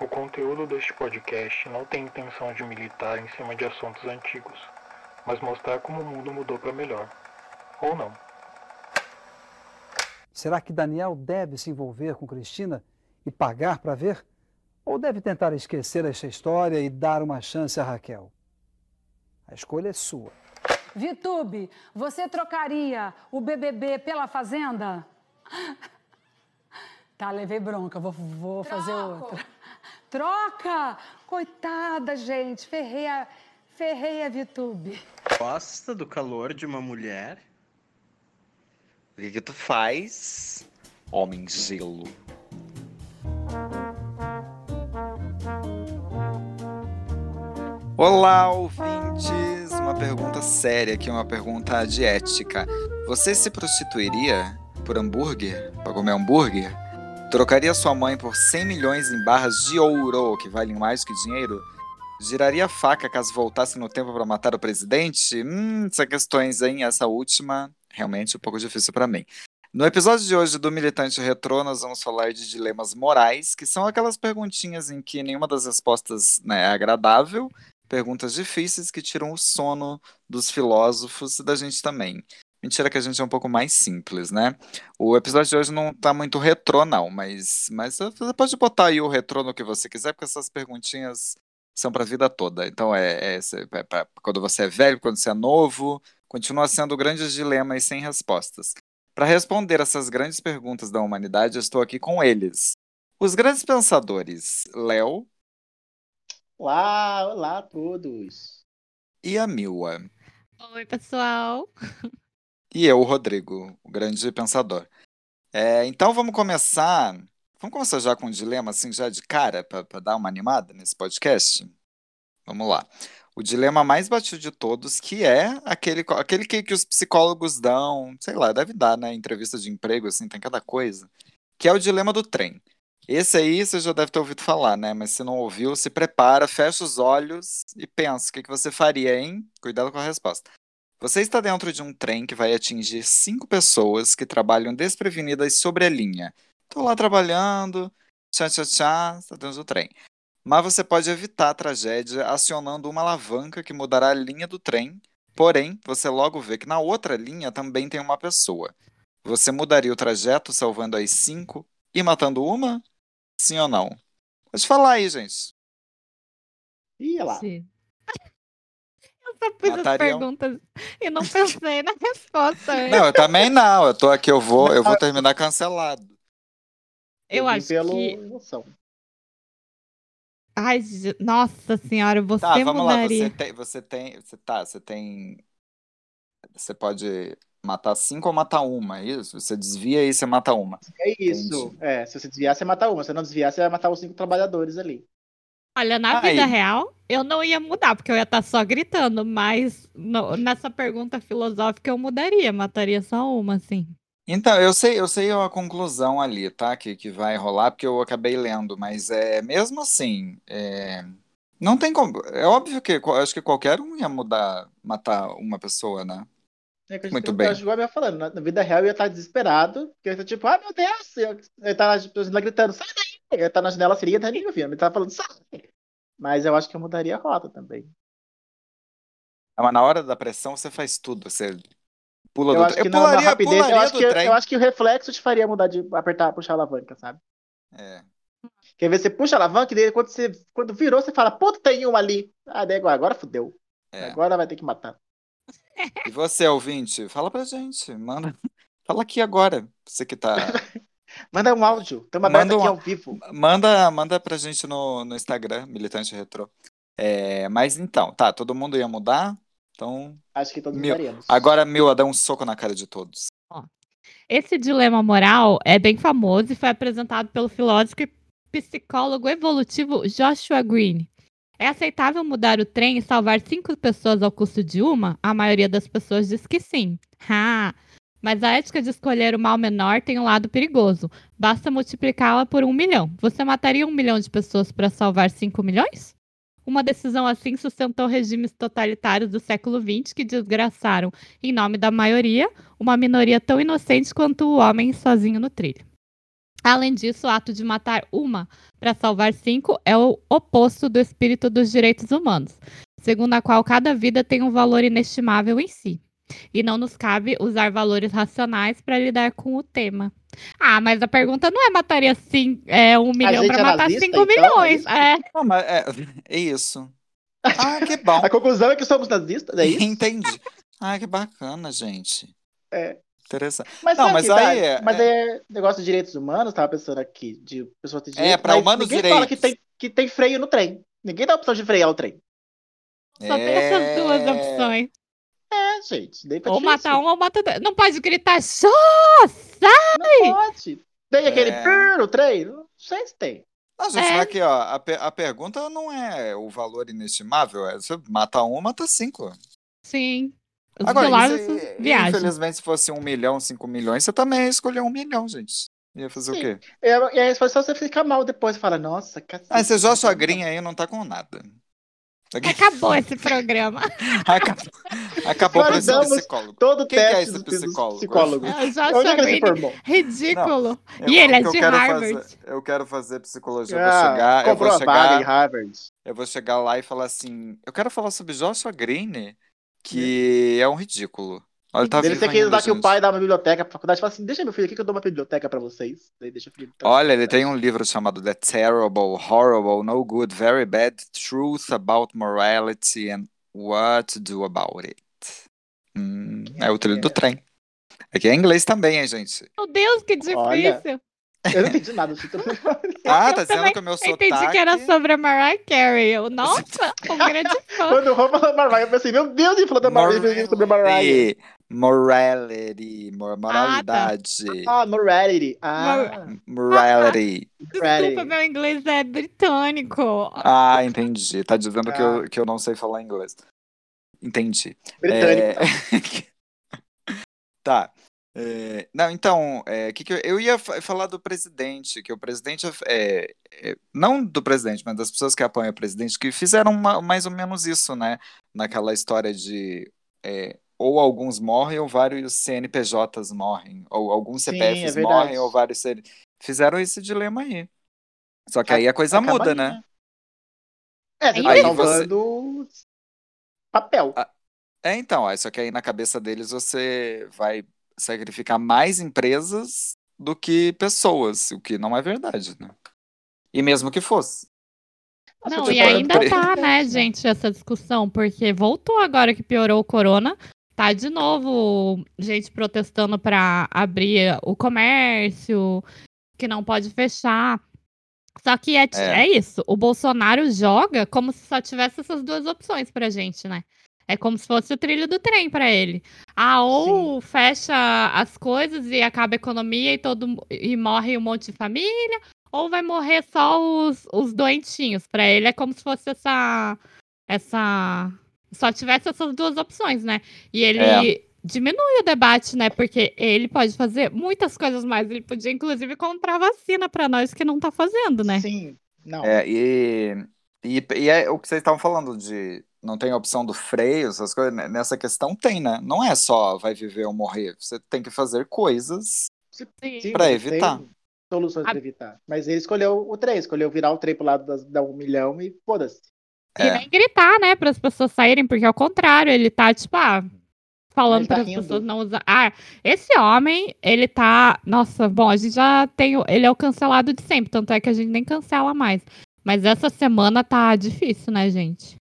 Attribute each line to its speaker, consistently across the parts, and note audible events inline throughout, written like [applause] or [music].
Speaker 1: O conteúdo deste podcast não tem intenção de militar em cima de assuntos antigos, mas mostrar como o mundo mudou para melhor. Ou não.
Speaker 2: Será que Daniel deve se envolver com Cristina e pagar para ver? Ou deve tentar esquecer esta história e dar uma chance a Raquel? A escolha é sua.
Speaker 3: Vitube, você trocaria o BBB pela Fazenda? [laughs] Tá, levei bronca, vou, vou fazer outra. [laughs] Troca! Coitada, gente, ferrei a, ferrei a Vitube.
Speaker 4: Gosta do calor de uma mulher? O que, que tu faz? Homem gelo.
Speaker 5: Olá, ouvintes! Uma pergunta séria aqui, uma pergunta de ética. Você se prostituiria por hambúrguer? Pra comer hambúrguer? Trocaria sua mãe por 100 milhões em barras de ouro, que valem mais que dinheiro? Giraria a faca caso voltasse no tempo para matar o presidente? Hum, essas questões, hein? Essa última, realmente um pouco difícil para mim. No episódio de hoje do Militante Retrô, nós vamos falar de dilemas morais, que são aquelas perguntinhas em que nenhuma das respostas né, é agradável, perguntas difíceis que tiram o sono dos filósofos e da gente também. Mentira que a gente é um pouco mais simples, né? O episódio de hoje não tá muito retrô, não, mas, mas você pode botar aí o retrô no que você quiser, porque essas perguntinhas são pra vida toda. Então é, é, é pra- quando você é velho, quando você é novo, continua sendo grandes dilemas sem respostas. Para responder essas grandes perguntas da humanidade, eu estou aqui com eles. Os grandes pensadores, Léo
Speaker 6: Olá, olá a todos.
Speaker 5: e a Milwa.
Speaker 7: Oi, pessoal.
Speaker 5: E eu, o Rodrigo, o grande pensador. É, então vamos começar. Vamos começar já com um dilema, assim, já de cara, para dar uma animada nesse podcast? Vamos lá. O dilema mais batido de todos, que é aquele, co- aquele que, que os psicólogos dão, sei lá, deve dar, né? Entrevista de emprego, assim, tem cada coisa. Que é o dilema do trem. Esse aí você já deve ter ouvido falar, né? Mas se não ouviu, se prepara, fecha os olhos e pensa, o que que você faria, hein? Cuidado com a resposta. Você está dentro de um trem que vai atingir cinco pessoas que trabalham desprevenidas sobre a linha. Estou lá trabalhando, tchá tchá tchá, está dentro do trem. Mas você pode evitar a tragédia acionando uma alavanca que mudará a linha do trem. Porém, você logo vê que na outra linha também tem uma pessoa. Você mudaria o trajeto salvando as cinco e matando uma? Sim ou não? Pode falar aí, gente.
Speaker 6: Ih, olha lá.
Speaker 7: Sim. Eu só fiz as
Speaker 5: Matariam.
Speaker 7: perguntas e não pensei na resposta. antes.
Speaker 5: é um [laughs] Não, eu também não. Eu tô aqui, eu vou, eu vou terminar cancelado.
Speaker 7: eu
Speaker 6: vim
Speaker 7: acho
Speaker 6: pelo
Speaker 7: que.
Speaker 6: emoção.
Speaker 7: Ai, Je- nossa senhora, você
Speaker 5: Tá, vamos lá.
Speaker 7: mudaria.
Speaker 5: Você tem, você tem. Você, tá, você tem. Você pode matar cinco ou matar uma, é isso? Você desvia e você mata uma.
Speaker 6: É isso. É, se você desviar, você mata uma. Se não desviar, você vai matar os cinco trabalhadores ali.
Speaker 7: Olha, na
Speaker 5: Aí.
Speaker 7: vida real, eu não ia mudar, porque eu ia estar só gritando, mas no- nessa pergunta filosófica eu mudaria, mataria só uma, assim.
Speaker 5: Então, eu sei, eu sei a conclusão ali, tá? Que, que vai rolar, porque eu acabei lendo, mas é mesmo assim. é, não tem como. É óbvio que eu acho que qualquer um ia mudar, matar uma pessoa, né?
Speaker 6: É que a gente
Speaker 5: Muito
Speaker 6: tem-
Speaker 5: bem.
Speaker 6: Eu acho igual a minha falando. né? Na na vida real, eu ia estar desesperado. Porque eu ia estar tipo, ah, meu Deus. Eu, eu ia estar nas pessoas lá gritando, sai daí. Eu ia estar na janela, seria daí, meu filho. Ele tava falando, sai. Mas eu acho que eu mudaria a rota também.
Speaker 5: Ah, Mas na hora da pressão você faz tudo. Você pula
Speaker 6: Eu
Speaker 5: do
Speaker 6: acho
Speaker 5: trem.
Speaker 6: que
Speaker 5: Eu
Speaker 6: não, na
Speaker 5: pularia,
Speaker 6: rapidez, eu
Speaker 5: pularia
Speaker 6: acho
Speaker 5: do
Speaker 6: que,
Speaker 5: trem.
Speaker 6: eu acho que o reflexo te faria mudar de apertar, puxar a alavanca, sabe?
Speaker 5: É.
Speaker 6: Quer ver, você puxa a alavanca e daí quando, você, quando virou, você fala, puta, tem uma ali. Ah, daí agora, agora fudeu.
Speaker 5: É.
Speaker 6: Agora vai ter que matar.
Speaker 5: E você, ouvinte, fala pra gente, manda. [laughs] Fala aqui agora, você que tá.
Speaker 6: Manda um áudio. Estamos
Speaker 5: Manda
Speaker 6: abertos aqui
Speaker 5: um-
Speaker 6: ao vivo.
Speaker 5: Manda, manda pra gente no, no Instagram, Militante Retrô. É, mas então, tá, todo mundo ia mudar. Então,
Speaker 6: Acho que todos
Speaker 5: Meu,
Speaker 6: mudaríamos.
Speaker 5: agora, Mila, dá um soco na cara de todos.
Speaker 7: Esse dilema moral é bem famoso e foi apresentado pelo filósofo e psicólogo evolutivo Joshua Green. É aceitável mudar o trem e salvar cinco pessoas ao custo de uma? A maioria das pessoas diz que sim. Ha! Mas a ética de escolher o mal menor tem um lado perigoso. Basta multiplicá-la por um milhão. Você mataria um milhão de pessoas para salvar cinco milhões? Uma decisão assim sustentou regimes totalitários do século XX que desgraçaram, em nome da maioria, uma minoria tão inocente quanto o homem sozinho no trilho. Além disso, o ato de matar uma para salvar cinco é o oposto do espírito dos direitos humanos, segundo a qual cada vida tem um valor inestimável em si. E não nos cabe usar valores racionais para lidar com o tema. Ah, mas a pergunta não é mataria cin- é, um milhão
Speaker 6: gente
Speaker 7: para
Speaker 6: é
Speaker 7: matar
Speaker 6: nazista,
Speaker 7: cinco
Speaker 6: então, é
Speaker 7: milhões.
Speaker 6: isso?
Speaker 7: É,
Speaker 5: Não, mas é, [laughs] é isso. Ah, que
Speaker 7: [laughs]
Speaker 5: bom.
Speaker 6: A conclusão é que somos nazistas, é isso?
Speaker 5: Entendi. Ah, que bacana, gente.
Speaker 6: É.
Speaker 5: Interessante.
Speaker 6: Mas,
Speaker 5: Não,
Speaker 6: sabe,
Speaker 5: mas
Speaker 6: Dai,
Speaker 5: aí é- É,
Speaker 6: mas é negócio de direitos humanos, tava pensando aqui, de pessoas ter direitos.
Speaker 5: pra
Speaker 6: mas
Speaker 5: humanos
Speaker 6: ninguém fala que
Speaker 5: direitos.
Speaker 6: tem, que tem freio no trem. Ninguém dá a opção de frear o trem.
Speaker 7: só
Speaker 5: É.
Speaker 7: tem essas duas opções.
Speaker 6: É, gente. Daí tá
Speaker 7: Ou
Speaker 6: difícil.
Speaker 7: matar um ou matar dois. Não pode gritar choça!
Speaker 6: Não pode. Tem aquele
Speaker 5: É.
Speaker 6: purr no trem? Não sei se tem.
Speaker 5: Não, gente,
Speaker 7: É.
Speaker 5: mas aqui, ó, a, pe- a pergunta não é o valor inestimável, é você mata um, mata cinco.
Speaker 7: Sim. Os
Speaker 5: Agora,
Speaker 7: Agora,
Speaker 5: isso- é,
Speaker 6: é
Speaker 7: viagem.
Speaker 5: infelizmente, se fosse um milhão, cinco milhões, você também ia escolher um milhão, gente. Ia fazer
Speaker 6: Sim.
Speaker 5: o quê?
Speaker 6: E a e a resposta é só você ficar mal depois e falar, nossa, cacete.
Speaker 5: Ah, você joga sua grinha aí não tá com nada.
Speaker 7: É Acabou
Speaker 6: [laughs]
Speaker 7: esse programa.
Speaker 5: Acabou, [laughs] acabou pra esse
Speaker 6: Guardamos
Speaker 5: psicólogo.
Speaker 6: Todo
Speaker 5: Quem que é
Speaker 6: teste
Speaker 5: esse
Speaker 6: dos
Speaker 5: psicólogo?
Speaker 6: psicólogos.
Speaker 7: Eu já
Speaker 6: Onde é que ele se
Speaker 7: achei
Speaker 6: formou?
Speaker 7: ridículo.
Speaker 5: Eu-
Speaker 7: e ele é
Speaker 5: o que eu
Speaker 7: de
Speaker 5: quero
Speaker 7: Harvard.
Speaker 5: fazer- eu quero fazer psicologia, eu vou
Speaker 6: Ah,
Speaker 5: chegar, eu
Speaker 6: comprou
Speaker 5: vou
Speaker 6: a vaga em
Speaker 5: chegar,
Speaker 6: Harvard.
Speaker 5: eu vou chegar lá e falar assim, eu quero falar sobre Joshua Green, que é um ridículo. Olha, tá
Speaker 6: Deve
Speaker 5: vivo
Speaker 6: ter que
Speaker 5: ainda,
Speaker 6: usar que o
Speaker 5: gente.
Speaker 6: pai dá uma biblioteca pra faculdade e fala assim: deixa meu filho aqui que eu dou uma biblioteca pra vocês. Daí deixa o filho.
Speaker 7: Então,
Speaker 5: Olha,
Speaker 7: é
Speaker 5: ele tem um livro chamado The Terrible, Horrible, No Good, Very Bad Truth About Morality and What to Do About It. Hum, é o trilho do trem. Aqui é em inglês também, hein, gente?
Speaker 7: Meu Deus, que
Speaker 6: Olha,
Speaker 7: difícil.
Speaker 6: Eu não entendi nada assim, do [laughs] título.
Speaker 5: Ah, tá dizendo
Speaker 7: também
Speaker 5: que o meu
Speaker 7: Eu
Speaker 5: sotaque...
Speaker 7: entendi que era sobre a Mariah
Speaker 6: [laughs]
Speaker 7: Carey. Eu, nossa, um grande fã.
Speaker 6: Quando o Rô falou Mariah, eu pensei: meu Deus, ele falou da Mariah, ele falou sobre a Mariah.
Speaker 5: Morality, morality,
Speaker 7: Ah,
Speaker 5: mor-
Speaker 7: tá.
Speaker 5: moralidade,
Speaker 6: Ah, morality. Ah,
Speaker 5: morality.
Speaker 6: morality.
Speaker 7: Desculpa, meu inglês é britânico.
Speaker 5: Ah, entendi. Tá dizendo que eu, que eu não sei falar inglês. Entendi. É.
Speaker 6: Britânico.
Speaker 5: [laughs] tá. É, Não, então, é, que que eu, eu ia fa- falar do presidente, que o presidente, é, é, não do presidente, mas das pessoas que apoiam o presidente, que fizeram ma- mais ou menos isso, né? Naquela história de é, ou alguns morrem ou vários CNPJs morrem, ou alguns
Speaker 6: Sim,
Speaker 5: CPFs
Speaker 6: é
Speaker 5: morrem
Speaker 6: verdade.
Speaker 5: ou vários... CN... Fizeram esse dilema aí. Só que aí a coisa
Speaker 6: Acaba
Speaker 5: muda,
Speaker 6: aí,
Speaker 5: né?
Speaker 6: É, você
Speaker 7: Aí
Speaker 6: tá
Speaker 7: você-
Speaker 6: salvando papel.
Speaker 5: É, então, é, só que aí na cabeça deles você vai sacrificar mais empresas do que pessoas, o que não é verdade, né? E mesmo que fosse.
Speaker 6: Nossa,
Speaker 7: Não,
Speaker 6: eu
Speaker 7: e
Speaker 6: tinha parado
Speaker 7: ainda
Speaker 6: pra-
Speaker 7: tá, né, gente, essa discussão, porque voltou agora que piorou o corona. Tá de novo gente protestando pra abrir o comércio, que não pode fechar. Só que é, ti-
Speaker 5: É.
Speaker 7: é isso, o Bolsonaro joga como se só tivesse essas duas opções pra gente, né? É como se fosse o trilho do trem pra ele. Ah, ou fecha as coisas e acaba a economia e todo mu- e morre um monte de família ou vai morrer só os, os doentinhos. Pra ele é como se fosse essa. essa Só tivesse essas duas opções, né? E ele diminui o debate, né? Porque ele pode fazer muitas coisas mais. Ele podia, inclusive, comprar vacina pra nós que não tá fazendo, né?
Speaker 6: Sim. Não.
Speaker 5: É, e, e, e é o que vocês estavam falando de não tem opção do freio, essas coisas, né? nessa questão tem, né? Não é só vai viver ou morrer, você tem que fazer coisas.
Speaker 7: Sim.
Speaker 6: Sim,
Speaker 5: Pra
Speaker 6: você
Speaker 5: evitar.
Speaker 6: tem Soluções
Speaker 7: A-
Speaker 6: pra evitar. Mas ele escolheu o trem, escolheu virar o trem pro lado das, da um milhão e foda-se. É.
Speaker 7: E nem gritar, né? Para as pessoas saírem, porque ao contrário, ele tá, tipo, ah, falando
Speaker 6: Ele tá
Speaker 7: para as
Speaker 6: rindo.
Speaker 7: pessoas não usar. Ah, esse homem, ele tá. Nossa, bom, a gente já tem. o- Ele é o cancelado de sempre, tanto é que a gente nem cancela mais. Mas essa semana tá difícil, né, gente?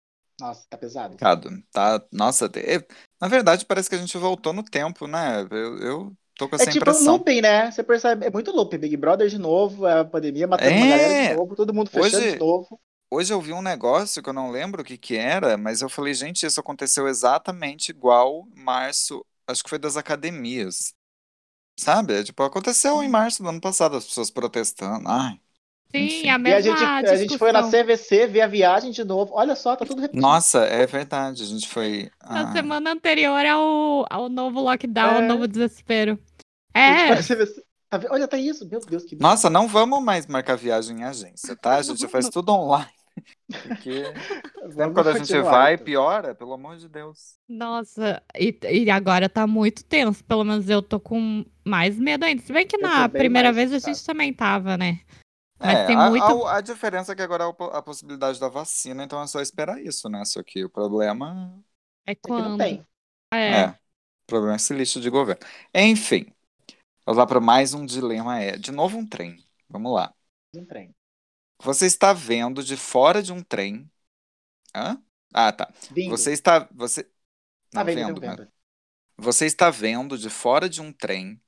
Speaker 6: Nossa, tá pesado.
Speaker 5: Complicado, tá? Nossa, é- na verdade parece que a gente voltou no tempo, né? Eu, eu tô com
Speaker 6: É
Speaker 5: essa
Speaker 6: tipo um
Speaker 5: impressão.
Speaker 6: looping, né? Você percebe, é muito looping. Big Brother de novo, a pandemia matando uma
Speaker 5: É.
Speaker 6: galera de novo, todo mundo fechando
Speaker 5: Hoje-
Speaker 6: de novo.
Speaker 5: Hoje eu vi um negócio que eu não lembro o que que era, mas eu falei, gente, isso aconteceu exatamente igual março, acho que foi das academias. Sabe? É, Tipo, aconteceu em
Speaker 7: Uhum.
Speaker 5: março do ano passado, as pessoas protestando. Ai,
Speaker 7: Sim,
Speaker 5: Enfim.
Speaker 7: a
Speaker 6: E
Speaker 7: mesma
Speaker 6: a gente, a gente foi na CVC ver a viagem de novo. Olha só, tá tudo repetido.
Speaker 5: nossa, é verdade, a gente foi.
Speaker 7: Na
Speaker 5: ah,
Speaker 7: Uhum. semana anterior ao, ao novo lockdown, ao
Speaker 6: É.
Speaker 7: novo desespero.
Speaker 6: A gente [laughs] foi na
Speaker 7: É,
Speaker 6: CVC. Tá vendo? Olha, tá isso. Meu Deus, que
Speaker 7: [laughs]
Speaker 5: Nossa, não vamos mais marcar viagem em agência, tá? A gente faz tudo online. Porque sempre
Speaker 6: Vamos
Speaker 5: quando a gente
Speaker 6: continuar,
Speaker 5: vai,
Speaker 6: então.
Speaker 5: piora, pelo amor de Deus.
Speaker 7: Nossa, e, e agora tá muito tenso. Pelo menos eu tô com mais medo ainda. Se bem que
Speaker 6: Eu
Speaker 7: na
Speaker 6: tô bem
Speaker 7: primeira
Speaker 6: mais
Speaker 7: vez a
Speaker 6: assustado.
Speaker 7: gente também tava, né? Mas
Speaker 5: É,
Speaker 7: tem
Speaker 5: a,
Speaker 7: muito-
Speaker 5: a- a diferença é que agora há po- a possibilidade da vacina, então é só esperar isso, né? Só que o problema
Speaker 7: É
Speaker 6: Aqui não
Speaker 7: quando.
Speaker 6: tem.
Speaker 7: É.
Speaker 5: é. O problema é esse lixo de governo. Enfim, vamos lá para mais um dilema. É, de novo um trem. Vamos lá.
Speaker 6: Um trem.
Speaker 5: Você está vendo de fora de um trem. Hã? Ah, tá.
Speaker 6: Vindo.
Speaker 5: Você está. Você.
Speaker 6: Tá
Speaker 5: Não,
Speaker 6: vendo,
Speaker 5: vendo,
Speaker 6: então,
Speaker 5: mas-
Speaker 6: vendo.
Speaker 5: Você está vendo de fora de um trem.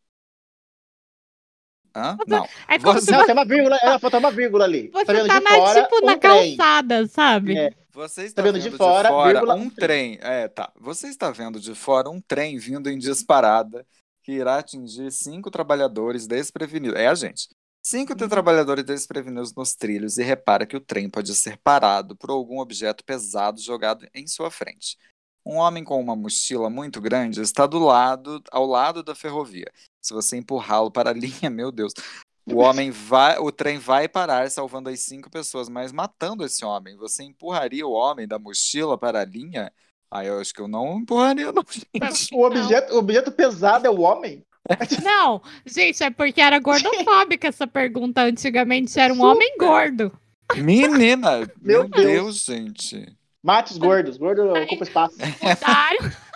Speaker 5: Hã? Não.
Speaker 7: É como
Speaker 5: Você-
Speaker 7: se
Speaker 6: Não,
Speaker 7: você,
Speaker 6: tem uma vírgula, ela faltou uma vírgula ali. tá
Speaker 7: você
Speaker 6: vendo
Speaker 7: tá
Speaker 6: de
Speaker 7: na,
Speaker 6: fora,
Speaker 7: tipo
Speaker 6: um
Speaker 7: na
Speaker 6: trem.
Speaker 7: calçada, sabe? [laughs]
Speaker 6: É.
Speaker 5: Você está
Speaker 6: vendo de fora, vírgula,
Speaker 5: um
Speaker 6: um
Speaker 5: trem. É, tá. Você está vendo de fora um trem vindo em disparada que irá atingir cinco trabalhadores desprevenidos. É a gente. Cinco
Speaker 6: Uhum.
Speaker 5: trabalhadores desprevenidos nos trilhos e repara que o trem pode ser parado por algum objeto pesado jogado em sua frente. Um homem com uma mochila muito grande está do lado, ao lado da ferrovia. Se você empurrá-lo para a [laughs] linha, meu Deus, o homem vai, o trem vai parar salvando as cinco pessoas, mas matando esse homem. Você empurraria o homem da mochila para a linha? Ah, eu acho que eu não empurraria, não, [laughs] gente.
Speaker 6: O objeto, o objeto pesado é o homem?
Speaker 7: Não, gente, é porque era gordofóbica essa pergunta. Antigamente era um homem gordo.
Speaker 5: Menina, meu,
Speaker 6: Meu
Speaker 5: Deus, gente.
Speaker 6: Mate os gordos. Gordo
Speaker 5: [laughs]
Speaker 6: ocupa espaço.
Speaker 7: Mudaram. [laughs]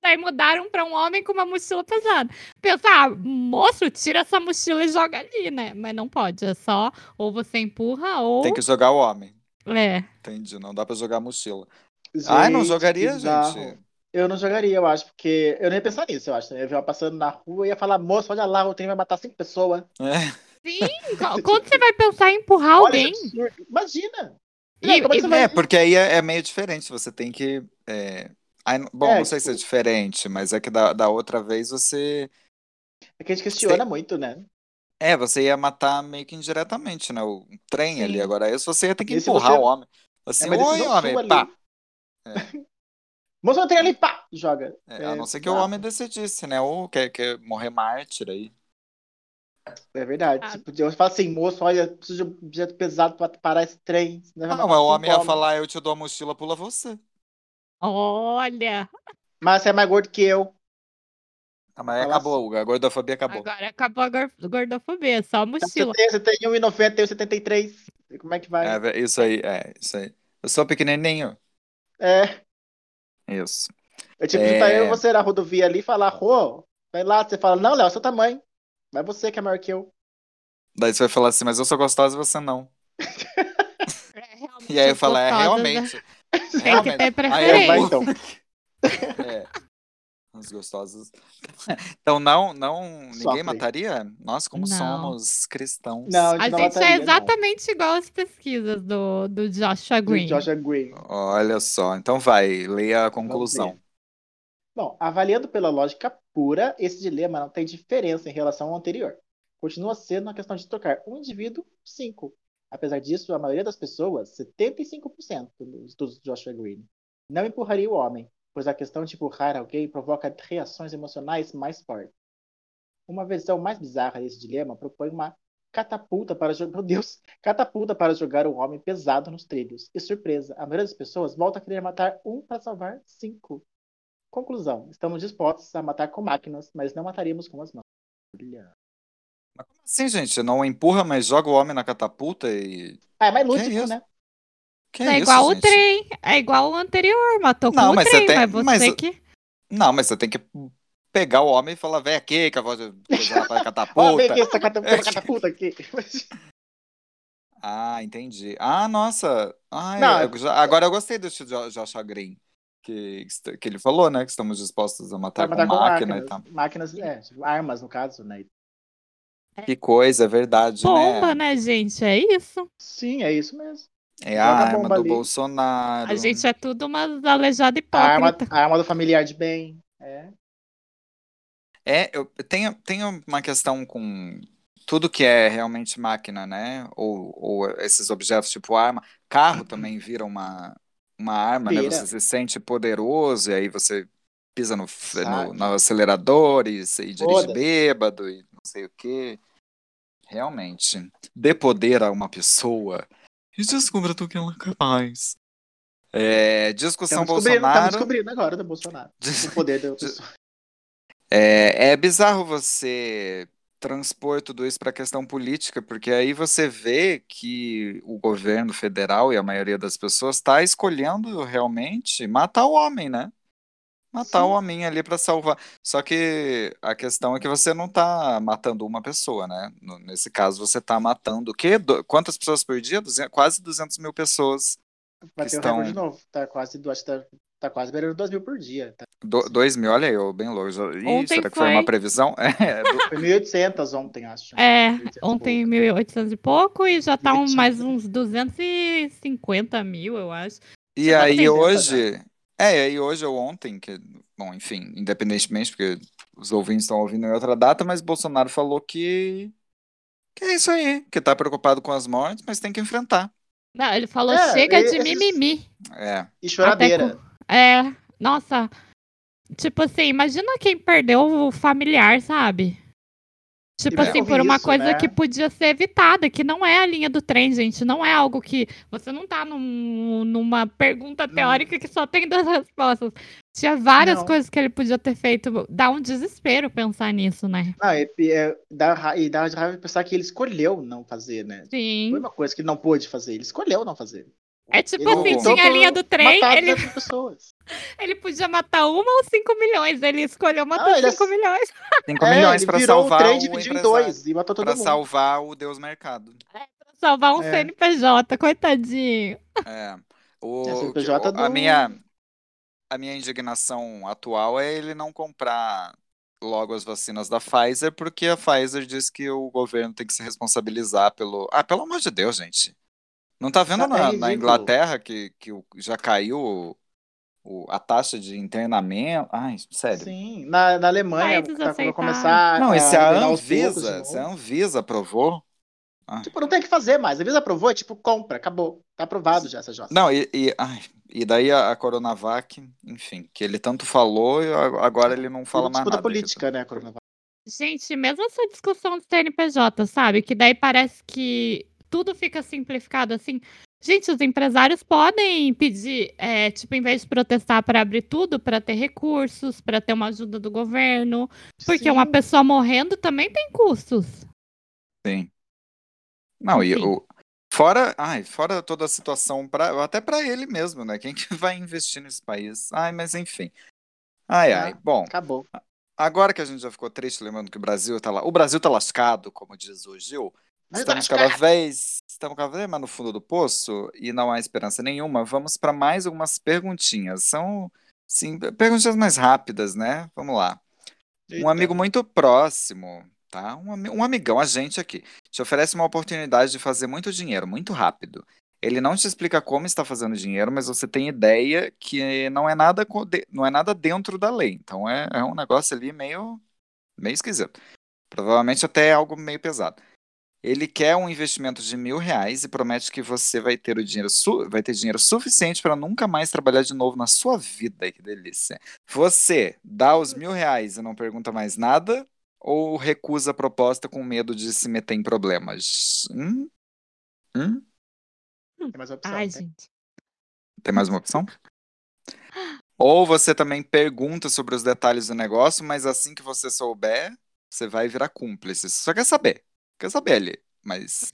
Speaker 7: Daí mudaram pra um homem com uma mochila pesada. Pensar, ah, moço, tira essa mochila e joga ali, né? Mas não pode, é só ou você empurra ou.
Speaker 5: Tem que jogar o homem.
Speaker 7: É.
Speaker 5: Entendi, não dá pra jogar a mochila. [laughs] Ai, Ah, não
Speaker 6: Gente,
Speaker 5: jogaria,
Speaker 6: bizarro.
Speaker 5: gente.
Speaker 6: Eu não jogaria, eu acho, porque eu não ia pensar nisso, eu acho. né? Eu ia ver ela passando na rua e ia falar, moço, olha lá, o trem vai matar cinco pessoas.
Speaker 5: É.
Speaker 7: Sim, [laughs] co- quando você vai pensar em empurrar
Speaker 6: Olha
Speaker 7: alguém?
Speaker 6: que absurdo. Imagina!
Speaker 7: E-
Speaker 6: como é que você
Speaker 7: e-
Speaker 6: vai-
Speaker 5: É, porque aí é, é meio diferente, você tem que. é, ai, não- bom,
Speaker 6: É,
Speaker 5: não sei se é diferente, mas é que da, da outra vez você.
Speaker 6: É que a gente questiona muito, né?
Speaker 5: É, você ia matar meio que indiretamente, né? O trem ali.
Speaker 7: Sim.
Speaker 5: Agora, esse você ia ter que
Speaker 6: Esse
Speaker 5: empurrar
Speaker 6: você-
Speaker 5: o homem.
Speaker 6: É
Speaker 5: Assim,
Speaker 6: uma
Speaker 5: oi,
Speaker 6: decisão
Speaker 5: homem, tá.
Speaker 6: sua ali.
Speaker 5: pá.
Speaker 6: [laughs] Moço, o trem ali, pá! e Joga.
Speaker 5: É, a
Speaker 6: É,
Speaker 5: não ser que o
Speaker 6: exato.
Speaker 5: homem decidisse, né? Ou quer, quer morrer mártir aí.
Speaker 6: É verdade.
Speaker 7: Ah.
Speaker 6: Tipo, eu falo assim, moço, olha, preciso de um objeto pesado pra parar esse trem. senão vai
Speaker 5: Não,
Speaker 6: matar
Speaker 5: mas o homem
Speaker 6: cinco
Speaker 5: ia falar, eu te dou a mochila, pula você.
Speaker 7: Olha,
Speaker 6: Mas você é mais gordo que eu.
Speaker 5: Ah, mas
Speaker 6: Falar
Speaker 5: acabou, a gordofobia acabou.
Speaker 7: agora acabou a gor- gordofobia, só a
Speaker 5: [laughs]
Speaker 6: Você
Speaker 7: mochila.
Speaker 6: tem, você tem 1,90, eu 73. Como é que vai?
Speaker 5: É, vé- isso aí, é, isso aí. Eu sou pequenininho.
Speaker 6: É.
Speaker 5: Isso.
Speaker 6: É tipo,
Speaker 5: É.
Speaker 6: tá eu e você na rodovia ali e falar, Rô, vai lá. Você fala, não, Léo, é seu tamanho. Vai você que é maior que eu.
Speaker 5: Daí você vai falar assim, mas eu sou gostosa e você não.
Speaker 7: É, realmente
Speaker 5: E aí eu
Speaker 7: as
Speaker 5: falo, é,
Speaker 7: gostosas, né?
Speaker 6: né?
Speaker 5: realmente.
Speaker 6: Ah,
Speaker 7: Tem É que
Speaker 5: Realmente.
Speaker 7: ter
Speaker 5: Aí eu, vai
Speaker 7: preferência.
Speaker 5: então. [laughs] É. Os gostosos. [laughs] Então não, não, ninguém
Speaker 6: Sofre.
Speaker 5: mataria? Nós como
Speaker 7: Não.
Speaker 5: somos cristãos.
Speaker 6: Não,
Speaker 7: A
Speaker 6: não
Speaker 7: gente é
Speaker 6: mataria, não.
Speaker 7: exatamente igual as pesquisas do, do Joshua Green.
Speaker 6: Joshua é Green.
Speaker 5: Olha só, então vai, leia a conclusão.
Speaker 6: Bom, avaliando pela lógica pura, esse dilema não tem diferença em relação ao anterior. Continua sendo uma questão de trocar um indivíduo por cinco. Apesar disso, a maioria das pessoas, 75% dos estudos de Joshua Green, não empurraria o homem, pois a questão de empurrar alguém provoca reações emocionais mais fortes. Uma versão mais bizarra desse dilema propõe uma catapulta para jogar, meu Deus, catapulta para jogar o homem pesado nos trilhos. E surpresa, a maioria das pessoas volta a querer matar um para salvar cinco. Conclusão: estamos dispostos a matar com máquinas, mas não mataríamos com as mãos. Olha.
Speaker 5: Mas como assim, gente? Não empurra, mas joga o homem na catapulta e.
Speaker 6: Ah, é mais
Speaker 5: Que
Speaker 6: lúdico,
Speaker 5: isso?
Speaker 6: né?
Speaker 5: Que
Speaker 7: É
Speaker 5: isso,
Speaker 7: igual
Speaker 5: gente?
Speaker 7: o trem, é igual o anterior, matou com
Speaker 5: Não,
Speaker 7: o
Speaker 5: mas você
Speaker 7: trem,
Speaker 5: tem-
Speaker 7: mas você
Speaker 5: mas- né?
Speaker 7: que...
Speaker 5: Não, mas você tem que pegar o homem e falar, vem aqui, que eu vou jogar pra
Speaker 6: Ó, vem
Speaker 5: catapulta.
Speaker 6: aqui
Speaker 5: [laughs]
Speaker 6: essa catapulta, essa catapulta aqui.
Speaker 5: ah, entendi. Ah, nossa. Ah,
Speaker 6: Não, é
Speaker 5: eu- eu já- agora eu gostei do Jo- Joshua Green. Que, est- que ele falou, né? Que estamos dispostos a matar,
Speaker 6: Pra matar
Speaker 5: Tá com,
Speaker 6: com
Speaker 5: máquina então.
Speaker 6: máquinas.
Speaker 5: e tal.
Speaker 6: Máquinas, é, tipo, armas no caso, né?
Speaker 5: Que coisa, é verdade,
Speaker 7: Bomba,
Speaker 5: né?
Speaker 7: né, gente? É isso.
Speaker 6: Sim, é isso mesmo.
Speaker 5: É
Speaker 6: Joga
Speaker 5: a
Speaker 6: a
Speaker 5: arma
Speaker 6: bomba
Speaker 5: do
Speaker 6: ali.
Speaker 5: Bolsonaro.
Speaker 7: A gente é tudo umas aleijadas
Speaker 5: Tá,
Speaker 6: A arma,
Speaker 7: hipócritas.
Speaker 6: a arma do familiar de bem. É.
Speaker 5: É, eu tenho, tenho uma questão com tudo que é realmente máquina, né? Ou, ou esses objetos tipo arma. Carro também vira uma, uma arma, né?
Speaker 6: Uhum. Vira.
Speaker 5: Você se sente poderoso e aí você pisa no, f-
Speaker 6: Sabe.
Speaker 5: no, no acelerador e, se- e dirige
Speaker 6: Foda-se.
Speaker 5: bêbado e não sei o quê. Realmente, dê poder a uma pessoa E descubra do que ela é capaz. É, discussão
Speaker 6: Estamos descobrindo, estamos
Speaker 5: [laughs] Bolsonaro.
Speaker 6: descobrindo agora do Bolsonaro. O poder
Speaker 5: [laughs]
Speaker 6: da pessoa.
Speaker 5: É, é bizarro você transpor tudo isso para a questão política, porque aí você vê que o governo federal e a maioria das pessoas está escolhendo realmente matar o homem, né? Matar o
Speaker 6: Sim.
Speaker 5: homem ali para salvar. Só que a questão é que você não tá matando uma pessoa, né? No- Nesse caso, você tá matando o quê? Do- Quantas pessoas por dia? Duzen- Quase 200 mil pessoas.
Speaker 6: Vai
Speaker 5: que
Speaker 6: ter o
Speaker 5: estão-
Speaker 6: recorde de novo. Tá quase, acho que tá, tá quase beirando 2 mil por dia. Tá?
Speaker 5: 2 mil, olha aí, eu bem longe. Ih,
Speaker 7: Ontem
Speaker 5: será que foi uma
Speaker 7: foi-
Speaker 5: previsão? [laughs] É, do-
Speaker 6: Foi 1.800 ontem, acho.
Speaker 7: É,
Speaker 6: 1.800
Speaker 7: ontem
Speaker 6: pouco.
Speaker 7: 1.800 e pouco e já tá um,
Speaker 6: 1.800.
Speaker 7: mais uns 250 mil, eu acho.
Speaker 5: E
Speaker 7: Você tá
Speaker 5: aí
Speaker 7: bem, né,
Speaker 5: hoje, é, e aí hoje ou ontem, que, bom, enfim, independentemente, porque os ouvintes estão ouvindo em outra data, mas Bolsonaro falou que, que é isso aí, que tá preocupado com as mortes, mas tem que enfrentar.
Speaker 7: Não, ele falou,
Speaker 6: É,
Speaker 7: chega de
Speaker 6: esses-
Speaker 7: mimimi.
Speaker 5: É,
Speaker 6: E choradeira.
Speaker 7: Até É, nossa. Tipo assim, imagina quem perdeu o familiar, sabe? Tipo
Speaker 6: Sim,
Speaker 7: assim,
Speaker 6: eu
Speaker 7: por
Speaker 6: vi
Speaker 7: uma
Speaker 6: isso,
Speaker 7: coisa
Speaker 6: né?
Speaker 7: que podia ser evitada, que não é a linha do trem, gente. Não é algo que. Você não tá num- numa pergunta teórica que só tem duas [laughs] respostas. Tinha várias
Speaker 6: Não.
Speaker 7: coisas que ele podia ter feito. Dá um desespero pensar nisso, né?
Speaker 6: Não, e, e, é, dá, ra- e dá raiva de pensar que ele escolheu não fazer, né? Foi
Speaker 7: Sim.
Speaker 6: uma coisa que ele não pôde fazer, ele escolheu não fazer.
Speaker 7: É tipo
Speaker 6: Ele
Speaker 7: assim,
Speaker 5: optou
Speaker 7: tinha a linha do trem,
Speaker 6: matar 200
Speaker 7: ele,
Speaker 5: [laughs]
Speaker 6: pessoas.
Speaker 7: ele podia matar uma ou cinco milhões. Ele escolheu matar
Speaker 6: ele é-
Speaker 7: cinco milhões.
Speaker 5: 5
Speaker 6: É,
Speaker 5: milhões
Speaker 6: ele
Speaker 5: para
Speaker 6: virou
Speaker 5: salvar
Speaker 6: o trem,
Speaker 5: o
Speaker 6: dividiu em
Speaker 5: empresário,
Speaker 6: dois e matou todo
Speaker 5: pra
Speaker 6: mundo.
Speaker 5: salvar o Deus Mercado.
Speaker 7: Salvar um
Speaker 6: É.
Speaker 7: CNPJ, coitadinho.
Speaker 5: É, o,
Speaker 6: É,
Speaker 5: o que- o-
Speaker 6: CNPJ
Speaker 5: a
Speaker 6: do-
Speaker 5: minha, a minha indignação atual é ele não comprar logo as vacinas da Pfizer, porque a Pfizer diz que o governo tem que se responsabilizar pelo. Ah, pelo amor de Deus, gente. Não tá vendo
Speaker 6: Tá- é
Speaker 5: na, na
Speaker 6: ridículo.
Speaker 5: Inglaterra que, que o- já caiu o- o- a taxa de internamento? Ai, sério.
Speaker 6: Sim, na, na Alemanha
Speaker 7: Países
Speaker 6: tá, vai
Speaker 7: aceitaram.
Speaker 6: começar
Speaker 5: Não, e se a
Speaker 6: liberar os poucos de
Speaker 5: Anvisa,
Speaker 6: novo.
Speaker 5: se a Anvisa aprovou.
Speaker 6: Tipo, não tem o que fazer mais. A Visa aprovou, é tipo, compra, acabou. Tá aprovado já essa jossa.
Speaker 5: Não, e, e, ai, e daí a, a Coronavac, enfim, que ele tanto falou e a- agora ele não fala mais
Speaker 6: Virou Tipo, disputa
Speaker 5: nada.
Speaker 6: política, né, coronavírus.
Speaker 7: Gente, mesmo essa discussão do CNPJ, sabe? Que daí parece que tudo fica simplificado assim. Gente, os empresários podem pedir, é, tipo, em vez de protestar para abrir tudo, para ter recursos, para ter uma ajuda do governo, porque é
Speaker 6: Sim.
Speaker 7: uma pessoa morrendo também tem custos.
Speaker 5: Sim. Não, e
Speaker 7: Enfim.
Speaker 5: o fora, ai, fora toda a situação para até para ele mesmo, né? Quem que [laughs] vai investir nesse país? Ai, mas enfim. Ai,
Speaker 6: Ah.
Speaker 5: ai. Bom,
Speaker 6: Acabou.
Speaker 5: agora que a gente já ficou triste lembrando que o Brasil tá lá, o Brasil tá lascado, como diz o Gil.
Speaker 6: Mas é,
Speaker 5: Estamos
Speaker 6: acho que-
Speaker 5: cada vez, estamos cada vez mais no fundo do poço e não há esperança nenhuma. Vamos para mais algumas perguntinhas. São, sim, perguntinhas mais rápidas, né? Vamos lá. Um
Speaker 6: Eita.
Speaker 5: amigo muito próximo, tá? Um, ami- um amigão, a gente aqui, te oferece uma oportunidade de fazer muito dinheiro, muito rápido. Ele não te explica como está fazendo dinheiro, mas você tem ideia que não é nada, co- de- não é nada dentro da lei. Então é, é um negócio ali meio, meio esquisito. Provavelmente até algo meio pesado. Ele quer um investimento de mil reais e promete que você vai ter o dinheiro, su- vai ter dinheiro suficiente para nunca mais trabalhar de novo na sua vida. Que delícia. Você dá os mil reais e não pergunta mais nada? Ou recusa a proposta com medo de se meter em problemas? Hum? Hum?
Speaker 6: Tem É mais opção. né?
Speaker 7: Ai,
Speaker 6: não tem?
Speaker 7: gente.
Speaker 5: Tem mais uma opção? Ou você também pergunta sobre os detalhes do negócio, mas assim que você souber, você vai virar cúmplice. Só quer saber. Quer saber ali. Mas.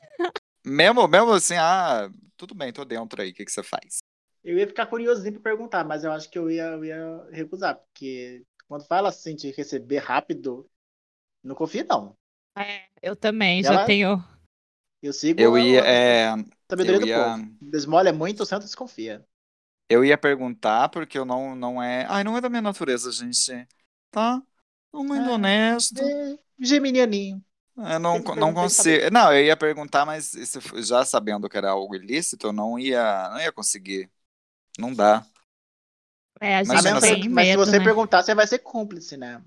Speaker 5: Mesmo, mesmo assim, ah, tudo bem, tô dentro aí, o que, que você faz?
Speaker 6: Eu ia ficar curiosinho pra perguntar, mas eu acho que eu ia, eu ia recusar, porque quando fala assim de receber rápido, não confio, não.
Speaker 7: É, eu também
Speaker 6: E
Speaker 7: já
Speaker 6: ela-
Speaker 7: tenho.
Speaker 6: Eu sigo
Speaker 5: Eu
Speaker 6: a-
Speaker 5: ia.
Speaker 6: a
Speaker 5: é,
Speaker 6: sabedoria
Speaker 5: eu
Speaker 6: do
Speaker 5: ia-
Speaker 6: povo. Desmolha muito, o santo desconfia.
Speaker 5: Eu ia perguntar, porque eu não, não é. Ai, não é da minha natureza, gente. Tá? Sou muito
Speaker 6: É.
Speaker 5: honesto.
Speaker 6: É, geminianinho.
Speaker 5: Eu não,
Speaker 6: Tem que
Speaker 5: não
Speaker 6: perguntar, tem que
Speaker 5: consigo. Não, eu ia perguntar, mas se f- já sabendo que era algo ilícito, eu não ia, não ia conseguir. Não dá.
Speaker 7: É, a gente
Speaker 5: Mas
Speaker 6: Ah,
Speaker 5: mesmo
Speaker 7: tem
Speaker 5: assim-
Speaker 6: se,
Speaker 7: medo,
Speaker 6: mas se você
Speaker 7: né?
Speaker 6: perguntar, você vai ser cúmplice, né?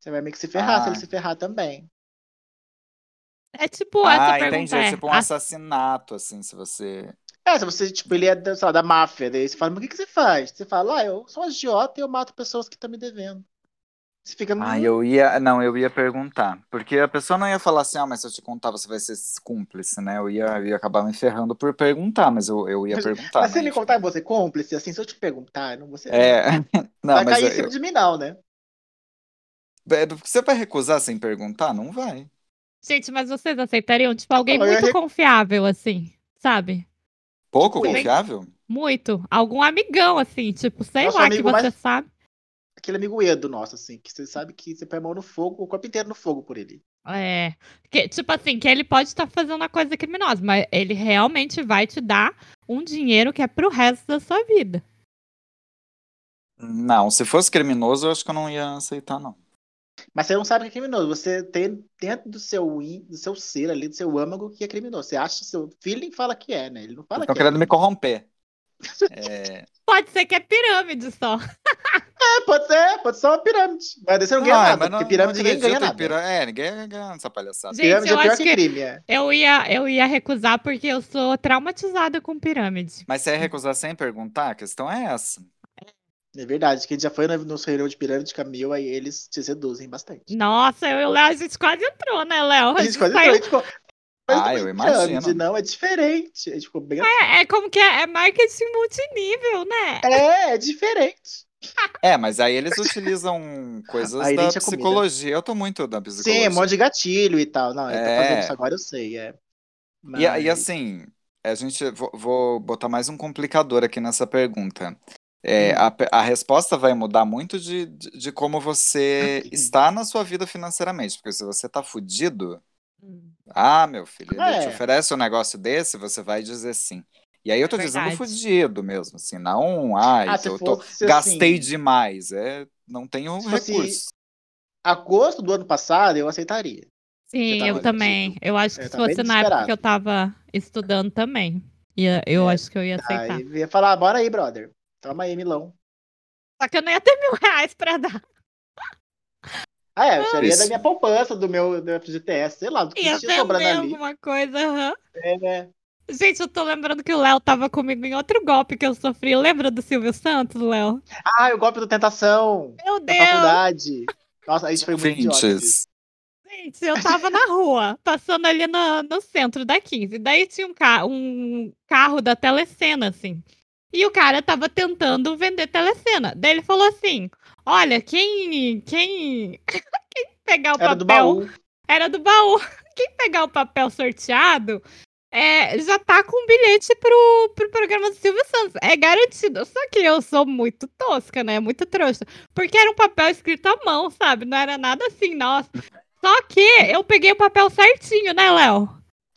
Speaker 6: Você vai meio que se ferrar, se
Speaker 5: Ah.
Speaker 6: ele se ferrar também.
Speaker 7: É tipo essa
Speaker 5: ah,
Speaker 7: pergunta.
Speaker 5: entendi.
Speaker 7: é,
Speaker 5: É tipo um
Speaker 7: a-
Speaker 5: assassinato, assim, se você.
Speaker 6: É, se você, tipo, ele é da, sei lá, da máfia, daí você fala, mas o que, que você faz? Você fala, ah, eu sou um agiota e eu mato pessoas que estão me tá devendo. Você fica no.
Speaker 5: Ah, eu ia. Não, eu ia perguntar. Porque a pessoa não ia falar assim, ah, mas se eu te contar, você vai ser cúmplice, né? Eu ia, eu ia acabar me ferrando por perguntar, mas eu, eu ia
Speaker 6: Mas-
Speaker 5: perguntar.
Speaker 6: Mas se
Speaker 5: né?
Speaker 6: me contar, você é cúmplice, assim, se eu te perguntar, não você [laughs]
Speaker 5: É. [laughs] Não,
Speaker 6: vai
Speaker 5: mas
Speaker 6: cair em
Speaker 5: eu-
Speaker 6: cima de mim, não, né?
Speaker 5: É, porque Você vai recusar sem perguntar? Não vai.
Speaker 7: Gente, mas vocês aceitariam? Tipo, alguém
Speaker 6: Não, eu ia
Speaker 7: muito
Speaker 6: rec-
Speaker 7: confiável, assim, sabe?
Speaker 5: Pouco
Speaker 6: Sim.
Speaker 5: confiável?
Speaker 7: Muito. Algum amigão, assim, tipo, sei
Speaker 6: Nosso
Speaker 7: lá, que
Speaker 6: amigo
Speaker 7: você
Speaker 6: mais-
Speaker 7: sabe.
Speaker 6: Aquele amigo Edo nosso, assim, que você sabe que você põe a mão no fogo, o corpo inteiro no fogo por ele.
Speaker 7: É. Que, tipo assim, que ele pode estar fazendo a coisa criminosa, mas ele realmente vai te dar um dinheiro que é pro resto da sua vida.
Speaker 5: Não, se fosse criminoso, eu acho que eu não ia aceitar, não.
Speaker 6: Mas você não sabe que é criminoso. Você tem dentro do seu, in- do seu ser ali, do seu âmago, que é criminoso. Você acha seu filho e fala que é, né? Ele não fala
Speaker 5: Estão
Speaker 6: que é.
Speaker 5: querendo me
Speaker 6: [laughs]
Speaker 5: corromper. É...
Speaker 7: Pode ser que é pirâmide só.
Speaker 6: É, pode ser, pode ser uma pirâmide. Mas daí você não ganha
Speaker 5: Ai,
Speaker 6: nada,
Speaker 5: Ah, mas
Speaker 6: porque pirâmide ninguém
Speaker 5: acredito
Speaker 6: ganha
Speaker 5: em
Speaker 6: nada.
Speaker 5: pira- É, ninguém ganha essa palhaçada.
Speaker 7: Gente,
Speaker 6: Pirâmide
Speaker 7: eu
Speaker 6: é pior
Speaker 7: acho
Speaker 6: que,
Speaker 7: que-
Speaker 6: crime, é.
Speaker 7: Eu ia, eu ia recusar porque eu sou traumatizada com pirâmide.
Speaker 5: Mas
Speaker 6: Hum.
Speaker 5: se é recusar sem perguntar, a questão é essa.
Speaker 6: É verdade, que a gente já foi no- nos reunião de pirâmide Camil, aí eles te seduzem bastante.
Speaker 7: Nossa, eu e o Léo, a gente quase entrou, né, Léo?
Speaker 6: A gente quase
Speaker 7: saiu-
Speaker 6: foi, tipo,
Speaker 5: Ah,
Speaker 6: mas não é
Speaker 5: eu
Speaker 6: pirâmide,
Speaker 5: imagino.
Speaker 6: Não, é diferente. A gente ficou bem.
Speaker 7: É, é como que é? É marketing multinível, né?
Speaker 6: É, é diferente.
Speaker 5: É, mas aí
Speaker 6: [laughs]
Speaker 5: eles utilizam coisas
Speaker 6: Aí nem
Speaker 5: da
Speaker 6: tinha comida.
Speaker 5: psicologia. Eu tô muito da
Speaker 6: Sim, é
Speaker 5: psicologia.
Speaker 6: um monte de gatilho e tal. Não, ele tá
Speaker 5: É.
Speaker 6: fazendo isso agora, eu sei. É.
Speaker 5: E, a- e
Speaker 6: Mas-
Speaker 5: assim, a gente vou, vou botar mais um complicador aqui nessa pergunta. É,
Speaker 6: Hum.
Speaker 5: a, pe- a resposta vai mudar muito de, de, de como
Speaker 6: [laughs]
Speaker 5: você está na sua vida financeiramente. Porque se você tá fudido, ah, meu filho, ele te
Speaker 6: É.
Speaker 5: oferece um negócio desse, você vai dizer sim. E aí eu tô dizendo
Speaker 7: Verdade.
Speaker 5: fudido mesmo, assim, não, ai,
Speaker 6: É Ah,
Speaker 5: que
Speaker 6: se
Speaker 5: eu tô,
Speaker 6: fosse,
Speaker 5: gastei
Speaker 6: assim, tipo
Speaker 5: demais, é, não tenho
Speaker 6: Se fosse-
Speaker 5: recurso.
Speaker 6: agosto do ano passado, eu aceitaria.
Speaker 7: Sim,
Speaker 6: Você
Speaker 7: eu
Speaker 6: tava
Speaker 7: também. Eu acho que
Speaker 6: É,
Speaker 7: se
Speaker 6: tá bem
Speaker 7: fosse na época
Speaker 6: desesperado.
Speaker 7: que eu tava estudando também, ia- eu
Speaker 6: É,
Speaker 7: acho que eu ia aceitar.
Speaker 6: Aí eu ia falar, "Ah, bora aí, brother. Toma aí, Milão.
Speaker 7: Só que eu não ia ter mil reais pra dar.
Speaker 6: Ah, é, eu tiraria
Speaker 5: Isso.
Speaker 6: da minha poupança, do meu do FGTS, sei lá, do que
Speaker 7: Ia
Speaker 6: tinha sobrando
Speaker 7: vender
Speaker 6: ali.
Speaker 7: alguma coisa, aham.
Speaker 6: É, né?
Speaker 7: Gente, eu tô lembrando que o Léo tava comigo em outro golpe que eu sofri. Lembra do Silvio Santos, Léo?
Speaker 6: Ah, o golpe do Tentação,
Speaker 7: Meu
Speaker 6: da
Speaker 7: Deus!
Speaker 6: faculdade. Nossa, a gente foi muito idiota. disso.
Speaker 5: Ouvintes,
Speaker 7: Gente, eu tava na rua, passando ali no, no centro da 15. Daí tinha um, ca um carro da Telecena, assim. E o cara tava tentando vender Telecena. Daí ele falou assim: Olha, quem. Quem. [laughs] quem pegar o
Speaker 6: Era
Speaker 7: papel.
Speaker 6: do baú.
Speaker 7: Era do baú. [laughs] Quem pegar o papel sorteado. é, já tá com um bilhete pro, pro programa do Silvio Santos. É garantido. Só que eu sou muito tosca, né? Muito trouxa. Porque era um papel escrito à mão, sabe? Não era nada assim, nossa. Só que eu peguei o papel certinho, né, Léo?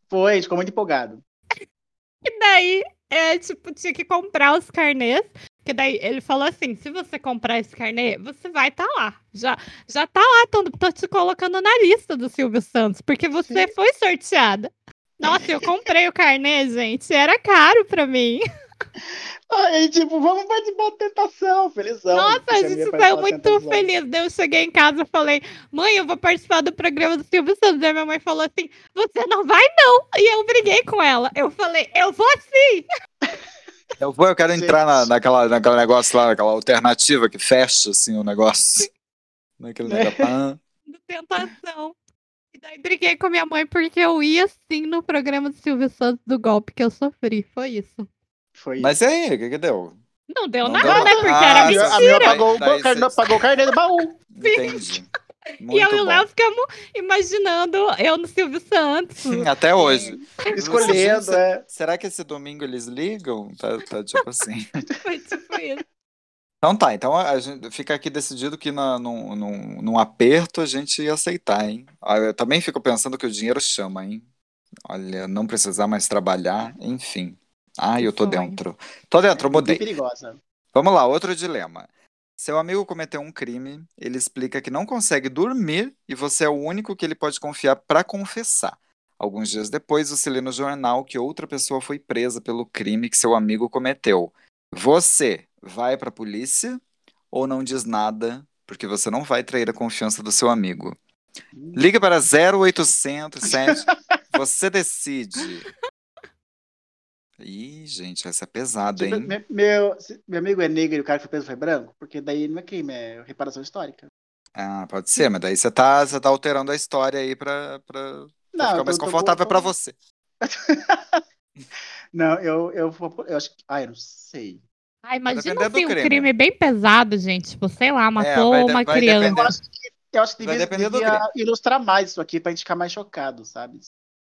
Speaker 6: Foi, a gente ficou muito empolgado.
Speaker 7: E daí, é, tipo, tinha que comprar os carnês. Que daí ele falou assim: se você comprar esse carnê, você vai estar lá. Já, já tá lá, tô, tô te colocando na lista do Silvio Santos, porque você foi sorteada. Nossa, eu comprei o carnê, gente. Era caro pra mim.
Speaker 6: Aí, tipo, vamos participar da tentação, felizão.
Speaker 7: Nossa, a
Speaker 6: Puxa,
Speaker 7: gente
Speaker 6: ia
Speaker 7: saiu
Speaker 6: participar da
Speaker 7: muito
Speaker 6: tentação.
Speaker 7: feliz. Daí eu cheguei em casa e falei, mãe, eu vou participar do programa do Silvio Santos. Daí minha mãe falou assim, você não vai não. E eu briguei com ela. Eu falei, eu vou sim.
Speaker 5: eu, vou, eu quero
Speaker 6: Gente.
Speaker 5: entrar na, naquela, naquele negócio lá, naquela alternativa que fecha, assim, o negócio. [laughs] Naquele
Speaker 7: Né?
Speaker 5: negócio. pã.
Speaker 7: do Tentação. E daí briguei com a minha mãe porque eu ia sim no programa do Silvio Santos do golpe que eu sofri. Foi isso.
Speaker 6: Foi
Speaker 5: Mas e aí, o que que deu?
Speaker 7: Não deu
Speaker 5: Não
Speaker 7: nada,
Speaker 5: deu
Speaker 7: né?
Speaker 5: nada.
Speaker 7: Porque
Speaker 5: Ah,
Speaker 7: era
Speaker 5: isso-
Speaker 6: A
Speaker 7: mentira.
Speaker 6: minha
Speaker 5: Daí-
Speaker 6: pagou, o
Speaker 5: daí
Speaker 6: carnê-
Speaker 5: cê-
Speaker 6: pagou o carnê do baú.
Speaker 5: Entendi. Muito
Speaker 7: E eu e o
Speaker 5: bom.
Speaker 7: Léo ficamos imaginando eu no Silvio
Speaker 5: [laughs]
Speaker 7: Santos.
Speaker 5: Sim, até hoje.
Speaker 6: Escolhendo,
Speaker 5: Nossa,
Speaker 6: é.
Speaker 5: Será que esse domingo eles ligam? Tá, tá tipo assim.
Speaker 7: Foi tipo isso.
Speaker 5: Então tá, então a gente fica aqui decidido que na, num, num, num aperto a gente ia aceitar, hein? Ah, Eu também fico pensando que o dinheiro chama, hein? Olha, não precisar mais trabalhar, enfim. Ai, eu tô
Speaker 7: Sonho.
Speaker 5: dentro. Tô dentro, eu
Speaker 6: Bem
Speaker 5: mudei.
Speaker 6: perigosa.
Speaker 5: Vamos lá, outro dilema. Seu amigo cometeu um crime, ele explica que não consegue dormir e você é o único que ele pode confiar para confessar. Alguns dias depois, você lê no jornal que outra pessoa foi presa pelo crime que seu amigo cometeu. Você vai para a polícia ou não diz nada, porque você não vai trair a confiança do seu amigo. Liga para 0807, você decide. Ih, gente, essa é pesada,
Speaker 6: Tipo,
Speaker 5: hein?
Speaker 6: me- meu, se- meu amigo é negro e o cara que foi preso foi branco, porque daí não é crime, é reparação histórica.
Speaker 5: Ah, pode ser, mas daí você tá, você tá alterando a história aí pra, pra, pra ficar
Speaker 6: eu
Speaker 5: mais
Speaker 6: tô- tô
Speaker 5: confortável
Speaker 6: com-
Speaker 5: pra você.
Speaker 6: Não, eu, eu vou. Eu acho que. Ah, eu não sei.
Speaker 7: Ah, imagina
Speaker 5: depender do
Speaker 7: assim, um
Speaker 5: crime. É,
Speaker 7: crime bem pesado, gente. Tipo, sei lá, matou
Speaker 5: vai de-
Speaker 7: uma
Speaker 5: vai
Speaker 7: criança.
Speaker 5: depender.
Speaker 6: Eu acho que
Speaker 5: Vai
Speaker 6: devia,
Speaker 5: depender do
Speaker 6: devia ilustrar mais isso aqui pra gente ficar mais chocado, sabe?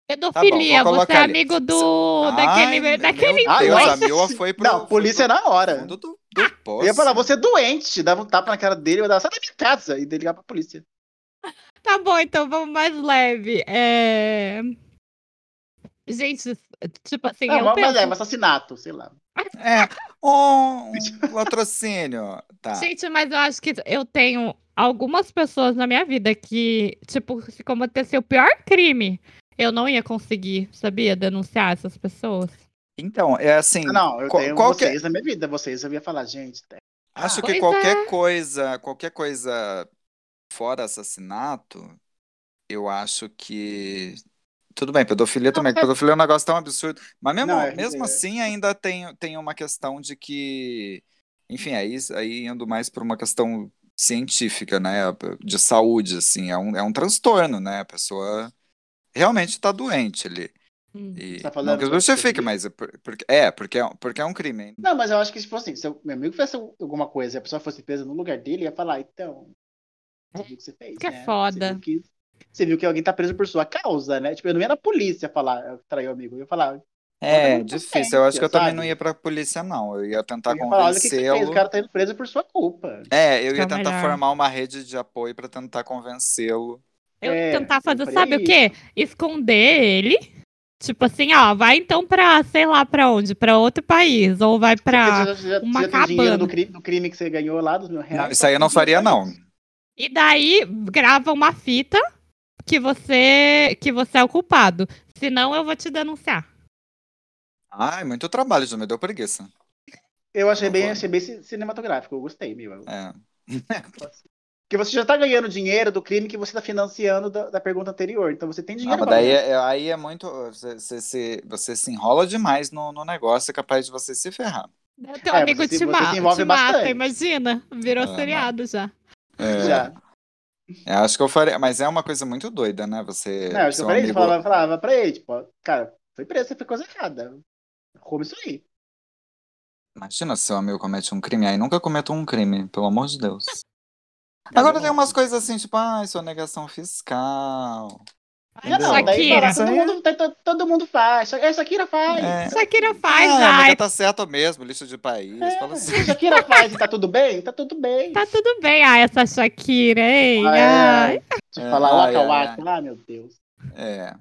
Speaker 7: Pedofilia,
Speaker 5: Tá bom, vou
Speaker 7: você é
Speaker 5: colocar ali.
Speaker 7: amigo do. daquele.
Speaker 5: Ai,
Speaker 7: daquele
Speaker 5: meu
Speaker 7: então,
Speaker 5: Deus, Ah,
Speaker 6: doente.
Speaker 5: a Mila foi pro...
Speaker 6: Ah, não, polícia é na
Speaker 5: foi pro
Speaker 6: hora.
Speaker 5: fundo do, do poço.
Speaker 6: Eu ia falar, você é doente, dava um tapa na cara dele, eu dava, sai da minha casa, e daí ligar pra polícia.
Speaker 7: Tá bom, então vamos mais leve. É... Gente, tipo assim,
Speaker 6: Não,
Speaker 7: eu
Speaker 6: mas, mas
Speaker 7: penso...
Speaker 6: é, um assassinato, sei lá.
Speaker 5: É, um,
Speaker 6: [laughs]
Speaker 5: um latrocínio. Tá.
Speaker 7: Gente, mas eu acho que eu tenho algumas pessoas na minha vida que, tipo, se cometesse o pior crime, eu não ia conseguir, sabia? Denunciar essas pessoas.
Speaker 5: Então, é assim,
Speaker 6: Ah, Não, eu
Speaker 5: qual-
Speaker 6: tenho
Speaker 5: qual que é-
Speaker 6: vocês na minha vida, vocês eu ia falar, gente, tem-
Speaker 5: acho
Speaker 7: Pois
Speaker 5: que qualquer
Speaker 7: é.
Speaker 5: coisa, qualquer coisa fora assassinato, eu acho que... Tudo bem, pedofilia também, que pedofilia é um negócio tão absurdo, mas mesmo,
Speaker 6: Não, é-
Speaker 5: mesmo
Speaker 6: é.
Speaker 5: assim ainda tem, tem uma questão de que, enfim, aí, aí indo mais por uma questão científica, né, de saúde, assim, é um, é um transtorno, né, a pessoa realmente está doente ali.
Speaker 7: Hum.
Speaker 5: E
Speaker 6: Tá
Speaker 5: não
Speaker 6: falando
Speaker 5: que
Speaker 6: sobre
Speaker 5: justifique,
Speaker 6: pedofilia?
Speaker 5: mas é, por- porque- é porque, é, porque é um crime. hein?
Speaker 6: Não, mas eu acho que, tipo assim, se eu- meu amigo fizesse alguma coisa e a pessoa fosse presa no lugar dele, ia falar, então. Você viu o que você fez?
Speaker 7: Que é
Speaker 6: né?
Speaker 7: foda.
Speaker 6: Você viu, que, você viu que alguém tá preso por sua causa, né? Tipo, eu não ia na polícia falar, eu traí o amigo. Eu ia falar,
Speaker 5: É,
Speaker 6: Não,
Speaker 5: difícil. Eu acho que eu
Speaker 6: sabe?
Speaker 5: também não ia pra polícia, não. Eu ia tentar
Speaker 6: eu ia falar olha o que que você fez,
Speaker 5: convencê-lo.
Speaker 6: o cara tá indo preso por sua culpa.
Speaker 5: É, eu ia
Speaker 7: Tá
Speaker 5: tentar
Speaker 7: melhor.
Speaker 5: formar uma rede de apoio pra tentar convencê-lo.
Speaker 7: Eu
Speaker 6: É,
Speaker 7: tentar fazer,
Speaker 6: por
Speaker 7: sabe o
Speaker 6: aí.
Speaker 7: quê? Esconder ele. Tipo assim, ó, vai então pra, sei lá pra onde, pra outro país, ou vai pra...
Speaker 6: Porque você já, já,
Speaker 7: uma
Speaker 6: já tem dinheiro
Speaker 7: cabana.
Speaker 6: do crime, do crime que você ganhou lá, dos mil reais. tá
Speaker 5: Não, isso aí eu não faria, não.
Speaker 7: E daí grava uma fita que você que você é o culpado. Senão eu vou te denunciar.
Speaker 5: Ai, muito trabalho, já me deu preguiça.
Speaker 6: Eu achei
Speaker 5: Não
Speaker 6: bem,
Speaker 5: vou.
Speaker 6: achei bem ci- cinematográfico, eu gostei, meu.
Speaker 5: É.
Speaker 6: [laughs] Porque você já tá ganhando dinheiro do crime que você tá financiando da, da pergunta anterior. Então você tem
Speaker 5: Ah,
Speaker 6: dinheiro
Speaker 5: mas
Speaker 6: pra
Speaker 5: daí
Speaker 6: ganhar.
Speaker 5: é, é- aí é muito. Você, você, se- você se enrola demais no, no negócio, é capaz de você se ferrar.
Speaker 7: Daí Teu
Speaker 6: É,
Speaker 7: um amigo
Speaker 6: você se-
Speaker 7: te,
Speaker 6: você
Speaker 7: ma-
Speaker 6: se envolve
Speaker 7: te mata,
Speaker 6: bastante.
Speaker 7: imagina. Virou
Speaker 5: Ah, mas-
Speaker 7: seriado já.
Speaker 5: É,
Speaker 6: Já.
Speaker 5: eu acho que eu faria. Mas é uma coisa muito doida, né? Você.
Speaker 6: Não, acho que
Speaker 5: seu
Speaker 6: eu falei,
Speaker 5: amigo-
Speaker 6: eu falava, falava pra ele, tipo, ó, cara, foi preso, você fez coisa errada. Como isso aí.
Speaker 5: Imagina se seu amigo comete um crime, aí nunca cometa um crime, pelo amor de Deus. Agora tem umas coisas assim, tipo, ah, sonegação fiscal.
Speaker 6: Não, não,
Speaker 5: Entendeu?
Speaker 6: daí
Speaker 7: Shakira.
Speaker 6: fala, todo mundo, todo, todo mundo faz. Sha- É, Shakira faz.
Speaker 5: É.
Speaker 7: Shakira faz,
Speaker 5: ah,
Speaker 7: ai, É.
Speaker 5: amiga, tá certo mesmo, lixo de país. Fala assim.
Speaker 6: Shakira faz e tá tudo bem? Tá tudo bem.
Speaker 7: tá tudo bem, ai, essa Shakira, hein? ai.
Speaker 6: Tipo,
Speaker 5: É,
Speaker 6: falar
Speaker 5: ai,
Speaker 6: waka
Speaker 5: ai,
Speaker 6: waka, ah, meu Deus.
Speaker 5: É.